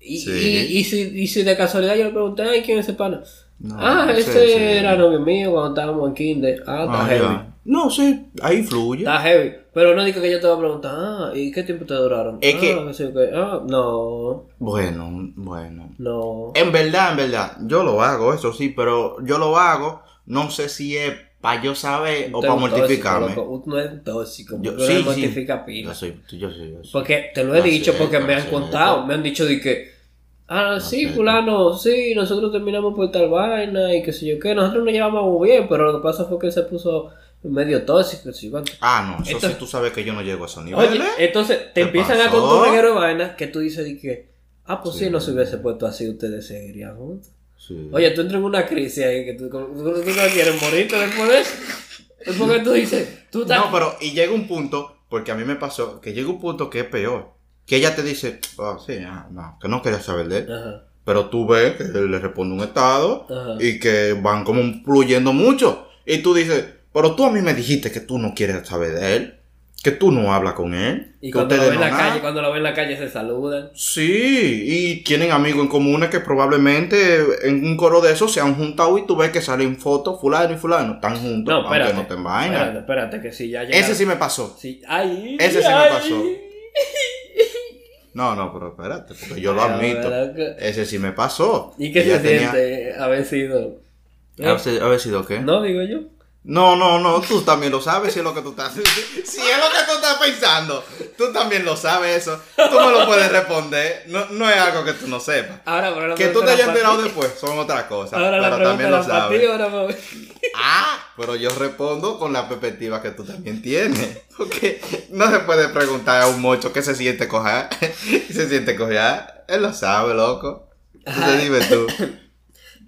Y, Sí. y, y si, y si de casualidad yo le pregunté, ay, ¿quién es ese pana? No, ah, sí, ese sí. era novio mío cuando estábamos en kinder. Ah, está Ah, heavy. ya. No, sí, ahí fluye. Está heavy. Pero no diga que yo te voy a preguntar, ah, ¿y qué tiempo te duraron? Es ah, que- no sé qué. Ah, no, Bueno, bueno. no. En verdad, en verdad, yo lo hago, eso sí, pero yo lo hago, no sé si es para yo saber Eh, o Usted para es un mortificarme. Tóxico, loco. Uno es un tóxico. Yo- Yo, sí, sí. mortifica pila. Yo soy, yo soy, yo soy. Porque te lo he No dicho, sé, porque no me han sé. contado, me han dicho de que, ah, sí, sé. fulano, sí, nosotros terminamos por tal vaina y qué sé yo qué, nosotros nos llevamos muy bien, pero lo que pasa fue que se puso medio tóxico, qué sé yo cuánto. Ah, no, eso Entonces- sí tú sabes que yo no llego a esos Oye, niveles. entonces te ¿Qué empiezan a pasó? contar un reguero de vainas que tú dices de que, ah, pues si Sí. no se hubiese puesto así, ustedes seguirían juntos. Sí. Oye, tú entras en una crisis ahí que tú, tú no quieres morirte después de eso. Es porque tú dices, tú estás... No, pues, pero y llega un punto, porque a mí me pasó, que llega un punto que es peor. Que ella te dice, ah, sí, ah, no, que no quería saber de él. Ajá, Pero tú ves que le responde un estado Ajá. y que van como fluyendo mucho. Y tú dices, pero tú a mí me dijiste que tú no quieres saber de él, que tú no hablas con él. Y que cuando lo ustedes ven en no la nada". calle, cuando lo ven en la calle se saludan. Sí, y tienen amigos en comunes que probablemente en un coro de esos se han juntado y tú ves que salen fotos, fulano y fulano, están juntos, No, aunque espérate. no te envainan. Espérate, espérate, que si ya llega. Ese sí me pasó. Sí, ay, Ese sí me ay. pasó. No, no, pero espérate, porque yo lo Pero, admito. pero que- Ese sí me pasó. ¿Y qué Ella se tenía- Ah, siente haber sido? ¿Eh? ¿Haber sido- haber sido qué? No, digo yo. No, no, no, tú también lo sabes si es lo que tú estás. Si es lo que tú estás pensando, tú también lo sabes eso. Tú me lo puedes responder. No, no es algo que tú no sepas. Ahora, pero la Que tú pregunta te hayas era para enterado ti. después son otras cosas. Ahora la Pero pregunta también lo era para ti, sabes. ahora para mí. Ah, pero yo respondo con la perspectiva que tú también tienes. Porque no se puede preguntar a un mocho qué se siente cojar. se siente cojar. Él lo sabe, loco. Entonces dime tú.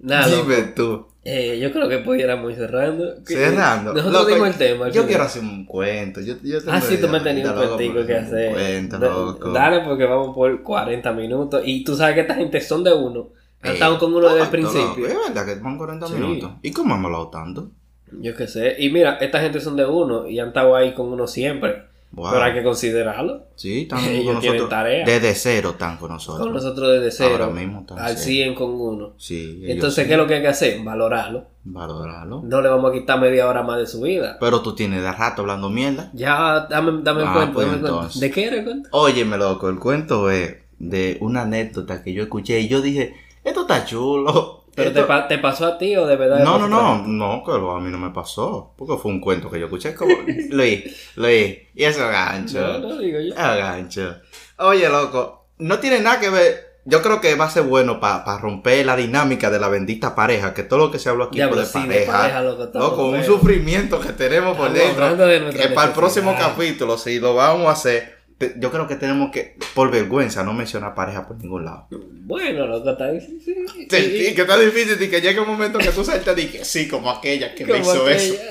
Nada, dime tú. eh, yo creo que pudiéramos ir cerrando. Que- Cerrando. Nosotros Loco, dimos el tema. al Yo final. quiero hacer un cuento. Yo, yo tengo Ah, sí, tú me idea, tenías un loco, cuentico pero que hacer hacer. Un cuento, Da- loco. Dale, porque vamos por 40 minutos. Y tú sabes que esta gente son de uno. Eh, Han estado con uno desde el cuánto, loco, principio. Es verdad que van 40 Sí. minutos. ¿Y cómo hemos hablado tanto? Yo qué sé. Y mira, esta gente son de uno y han estado ahí con uno siempre. Wow. Pero hay que considerarlo. Sí, están con Ellos tienen nosotros. tarea. Desde cero están con nosotros. Con nosotros desde cero Ahora mismo están al cero. 100 con uno. Sí, ellos Entonces, ¿qué es lo que hay que hacer? Valorarlo. valorarlo. No le vamos a quitar media hora más de su vida. Pero tú tienes de rato hablando mierda. Ya, dame, dame Ah, cuenta, pues, dame cuenta. entonces. ¿De qué era el cuento? Óyeme, loco, el cuento es de una anécdota que yo escuché y yo dije, esto está chulo. ¿Pero Esto- te, pa- te pasó a ti o de verdad? No, no, no, no, que lo- a mí no me pasó. Porque fue un cuento que yo escuché. Como... Luis, Luis, y eso es gancho. No, no, digo yo. Es gancho. Oye, loco, no tiene nada que ver. Yo creo que va a ser bueno para romper la dinámica de la bendita pareja, que todo lo que se habló aquí Ya, fue pero de sí, de pareja. pareja, loco, estamos Loco, un feos. sufrimiento que tenemos por Estamos dentro. hablando de nuestra que para el próximo necesidad. capítulo, si lo vamos a hacer, te- yo creo que tenemos que, por vergüenza, no mencionar pareja por ningún lado. Bueno, loco, está difícil. Sí, Sí, sí, que está difícil y que llegue un momento que tú saltas y que sí, como aquella que me hizo eso. eso?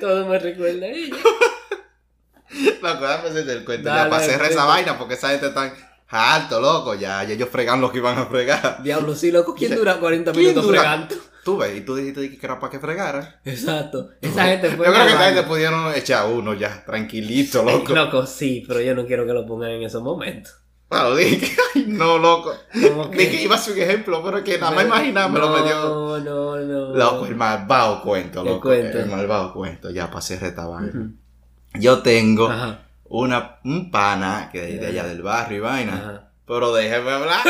Todo me recuerda a ella. Loco, dame ese del cuento. Dale, ya para cerrar esa cuento. vaina porque esa gente tan alto, loco. Ya, ya ellos fregan lo que iban a fregar. Diablo, sí, loco, ¿quién Dice, dura 40 ¿quién minutos dura? fregando? Tú ves, y tú dijiste que era para que fregaran. Exacto. Esa gente Yo fue. creo que al esa gente baño. pudieron echar uno ya, tranquilito, Ey, loco. Loco, sí, pero yo no quiero que lo pongan en esos momentos. Claro, dije que, ay, no, loco. ¿Cómo que? Dije que iba a ser un ejemplo, pero que nada más imaginarme no, lo me dio. No, no, no. Loco, el malvado cuento, El loco. El, cuento. malvado cuento, ya para cerrar esta vaina. Ujú. Yo tengo Ajá. una, un pana que de, de allá del barrio y vaina. Ajá. Pero déjeme hablar.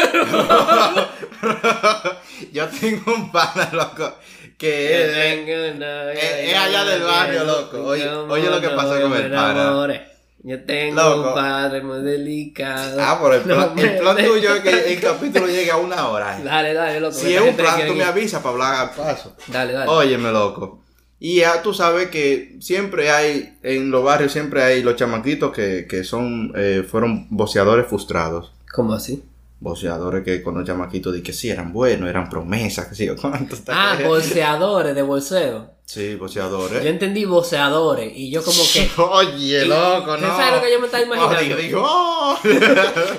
Yo tengo un pana, loco, Eh, que es, es- Eh, es allá del barrio, loco. Oye- oye lo que pasó con el pana. pana. Yo tengo Loco. un padre muy delicado. Ah, pero el No eh, plan, me el plan dejes. tuyo es que el capítulo llega a una hora. eh. Dale, dale, loco. Si que es esta un gente plan, quiere tú me ir. avisas para hablar al paso. Dale, dale. Óyeme, loco. Y ya tú sabes que siempre hay, en los barrios siempre hay los chamaquitos que, que son, eh, fueron boceadores frustrados. ¿Cómo así? Boceadores que con los chamaquitos de que sí, eran buenos, eran promesas, que sí, yo cuánto. Ah, boceadores de bolseo. Sí, Yo boceadores. entendí boceadores y yo como que... Oye, loco, ¿Usted no. sabe lo que yo me estaba imaginando? Oye, digo, oh.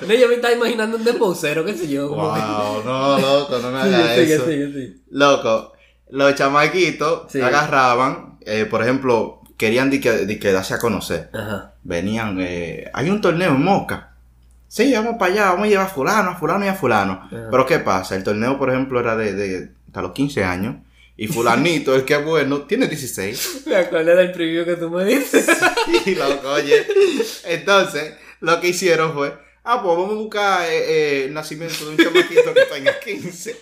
No, yo me estaba imaginando un depoucero, qué sé yo. como que- wow, no, loco, no me Sí, hagas sigue, eso. sigue, sigue. Loco, los chamaquitos Sí. agarraban, eh, por ejemplo, querían de que, de que darse a conocer. Ajá. Venían, eh, hay un torneo en Moca. Sí, vamos para allá, vamos a llevar a fulano, a fulano y a fulano. Ajá. Pero ¿qué pasa? El torneo, por ejemplo, era de, de hasta los 15 años. Y fulanito, el que es bueno, tiene 16. Me acuerdo del preview que tú me dices. Y loco, oye. Entonces, lo que hicieron fue, ah, pues vamos a buscar eh, eh, el nacimiento de un chamaquito que tenga 15.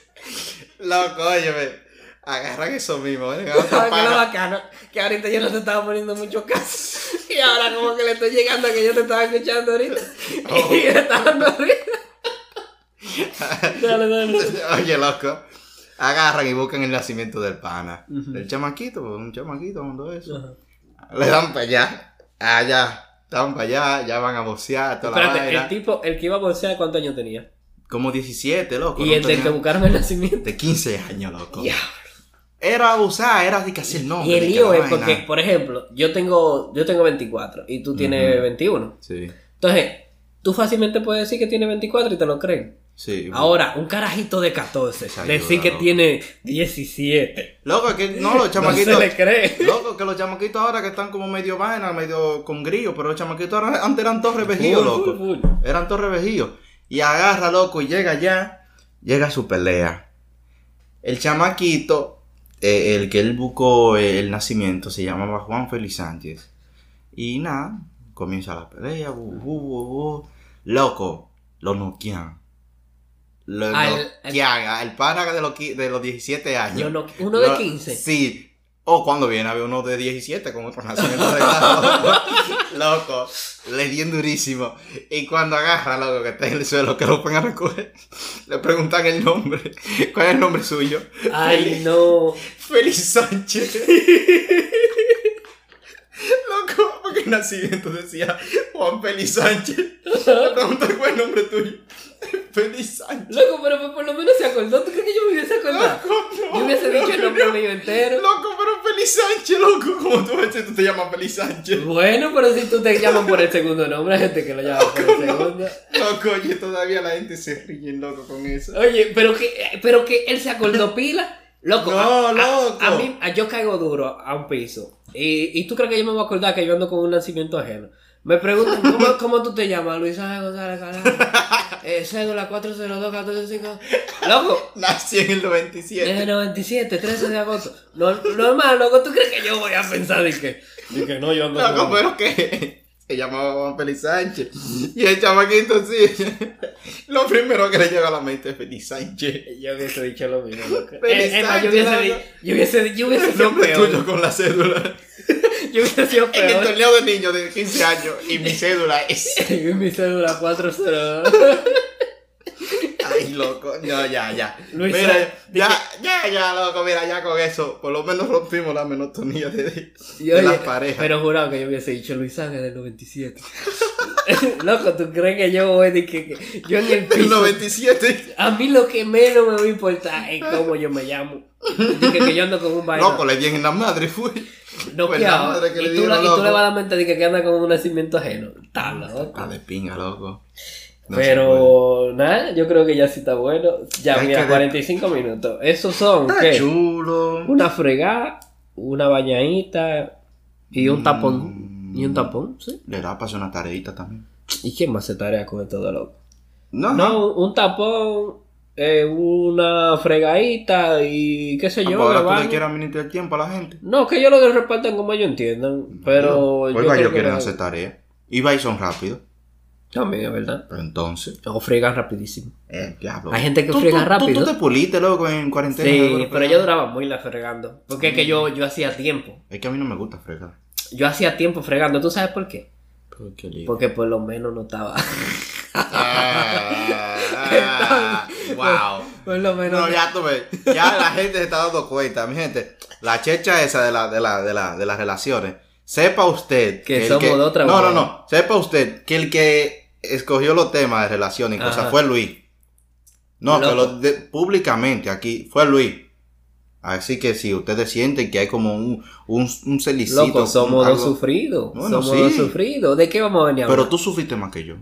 Loco, oye, agarran eso mismo, ven, agarran otra ¿Sabes qué es lo pana. bacano? Que ahorita yo no te estaba poniendo mucho caso. Y ahora como que le estoy llegando a que yo te estaba escuchando ahorita. Oh. Y le está dando risa. Dale, dale. Oye, loco. Agarran y buscan el nacimiento del pana. Ujú. Del chamaquito, pues, un chamaquito, cuando eso. Ajá. Le dan para allá. Allá. Dan para allá, ya van a bocear, toda la Espérate, vaina. el tipo, el que iba a bolsear, ¿cuántos años tenía? Como 17, loco. Y no el del tenía- que buscaron el nacimiento. De 15 años, loco. Ya. Era abusar, era de que así el nombre. Y el de que lío Oh, la es vaina. porque, por ejemplo, yo tengo, yo tengo 24 y tú tienes Ujú. 21. Sí, Entonces, tú fácilmente puedes decir que tiene 24 y te lo creen. sí. Ahora, un carajito de 14, Esa decir ayuda, que loco. tiene 17. Loco, es que no, los No chamaquitos. se le cree. Loco, que los chamaquitos ahora que están como medio vaina, medio con grillo, pero los chamaquitos ahora antes eran todos revejidos, Full, loco. full, full. Eran todos revejidos. Y agarra, loco, y llega allá, llega a su pelea. El chamaquito, eh, el que él buscó eh, el nacimiento, se llamaba Juan Félix Sánchez. Y nada, comienza la pelea, bu, bu, bu, bu. loco, lo noquean. Lo Al- noquean, al pana de los, qui- de los 17 años. Yo no- uno de No, 15. Sí. O cuando viene había uno de 17 con otro nacimiento arreglado. loco. Le di en durísimo. Y cuando agarra, loco, que está en el suelo, que lo pongan a recoger, le preguntan el nombre. ¿Cuál es el nombre suyo? Ay, no. Félix Sánchez. Loco, porque el nacimiento decía Juan Félix Sánchez. Le preguntan cuál es el nombre tuyo. Félix Sánchez. Loco, pero pues, por lo menos se acordó. ¿Tú crees que yo me hubiese acordado? Loco, no, Yo hubiese dicho el loco, nombre no. mío entero. Loco, pero Feliz Sánchez, loco. ¿Cómo tú ves que tú te llamas Feliz Sánchez? Bueno, pero si tú te llaman por el segundo nombre, hay gente que lo llama por el segundo. Loco, oye, todavía la gente se ríe, loco, con eso. Oye, pero que, pero que él se acordó pila. Loco, No, a, a- loco. A, mí, a- yo caigo duro a un piso. Y, y tú crees que yo me voy a acordar que yo ando con un nacimiento ajeno. Me preguntan, ¿cómo, cómo tú te llamas? Luis Ángel González Calá. Eh, cédula 402 145. Loco, Nací en el 97. desde 97, 13 de agosto. No, normal, loco, ¿tú crees que yo voy a pensar de que, de que no, yo ando Loco, con- pero que se llamaba Juan Feliz Sánchez. Y el chamaquito, sí. Lo primero que le llega a la mente es Feliz Sánchez. Yo hubiese dicho lo mismo, loco. Feliz Eh, es más, yo año, hubiese, loco. di- yo hubiese, yo hubiese El sido nombre tuyo peor. con la cédula. Yo hubiese sido En el peor. torneo de niños de 15 años. Y mi cédula es. Y mi cédula 402. Ay, loco. No, ya, ya. Luis, mira, ¿de ya, ya, ya, loco. Mira, ya con eso. Por lo menos rompimos la monotonía de, Y de oye, las parejas. Pero jurado que yo hubiese dicho Luis Ángel del 97. Loco, ¿tú crees que yo voy de que, que- yo en el Del piso? 97. A mí lo que menos me va a importar es cómo yo me llamo. Dije que yo ando con un vaina. Loco, le di en la madre, fue. pues la noqueado. madre que y, le tú, la- y dieron, tú loco. le vas a la mente de que, que anda con un nacimiento ajeno. Está loco. Ah, de pinga, loco. No se Pero nada, yo creo que ya sí está bueno. Ya, Hay que mira, de- 45 minutos. Esos son puede. ¿qué? Está chulo. una fregada, una bañadita y un tapón. Mm. Y un tapón, sí. Le da para hacer una tareita también. ¿Y quién más se tarea con esto de loco? No, No, un, un tapón, eh, una fregadita y qué sé Ah, pues yo. me Ahora tú baño. le quieres administrar tiempo a la gente. No, que yo lo que repartan como ellos entiendan, pero... Oiga, creo ellos que quieren me- hacer tarea. Y va y son rápido. También es verdad. Pero entonces, O friegan rapidísimo. eh, diablo. Hay gente que Tú- tú- friega tú- rápido. Tú, te puliste, loco, en cuarentena. Sí, loco, pero yo duraba muy la fregando. Porque es que yo, yo hacía tiempo. Es que a mí no me gusta fregar. Yo hacía tiempo fregando. ¿Tú sabes por qué? Pero qué lindo. Porque por lo menos no estaba. Ah, ah, wow. por lo No, ya tú ves, ya la gente se está dando cuenta, mi gente. La checha esa de la, de la, de la, de las relaciones. Sepa usted Que el somos de otra No, no, manera. no. Sepa usted que el que escogió los temas de relaciones y cosas Ajá. fue Luis. No, Loco. que lo de- públicamente aquí fue Luis. Así que si ustedes sienten que hay como un, un, un celicito. Loco, somos algo- dos sufridos. Bueno, somos sí. dos sufridos. ¿De qué vamos a venir a Pero hablar? tú sufriste más que yo.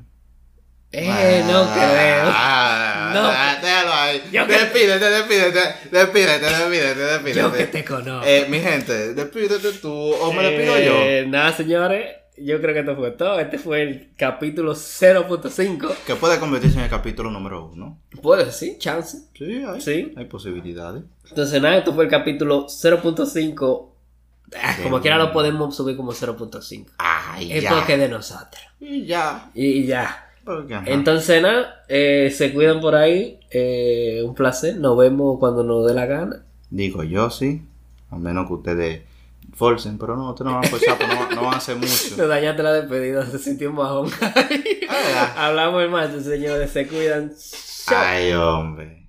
Eh, no creo. Ah, No. ah, Déjalo ahí. Yo que- Despídete, despídete, despídete, despídete, despídete. Yo que te conozco. Eh, mi gente, despídete tú o me despido yo. Eh, Nada, señores. Yo creo que esto fue todo. Este fue el capítulo 0.5. Que puede convertirse en el capítulo número uno. Puede sí, chance. Sí, hay, Sí. hay posibilidades. Entonces, nada, esto fue el capítulo 0.5. Ah, Qué Como quiera lo bueno. podemos subir como 0.5. Ay, Es ya. porque es de nosotros. Y ya. Y ya. Porque, ajá. Entonces, nada, eh, se cuidan por ahí. Eh, un placer. Nos vemos cuando nos dé la gana. Digo yo sí, a menos que ustedes forcen, pero no, ustedes no van a forzar, pero no, no van a hacer mucho. Nos dañaste la despedida. Se sintió un bajón. Ah, Ah, Hablamos más, señores. Se cuidan. Chao. Ay, hombre.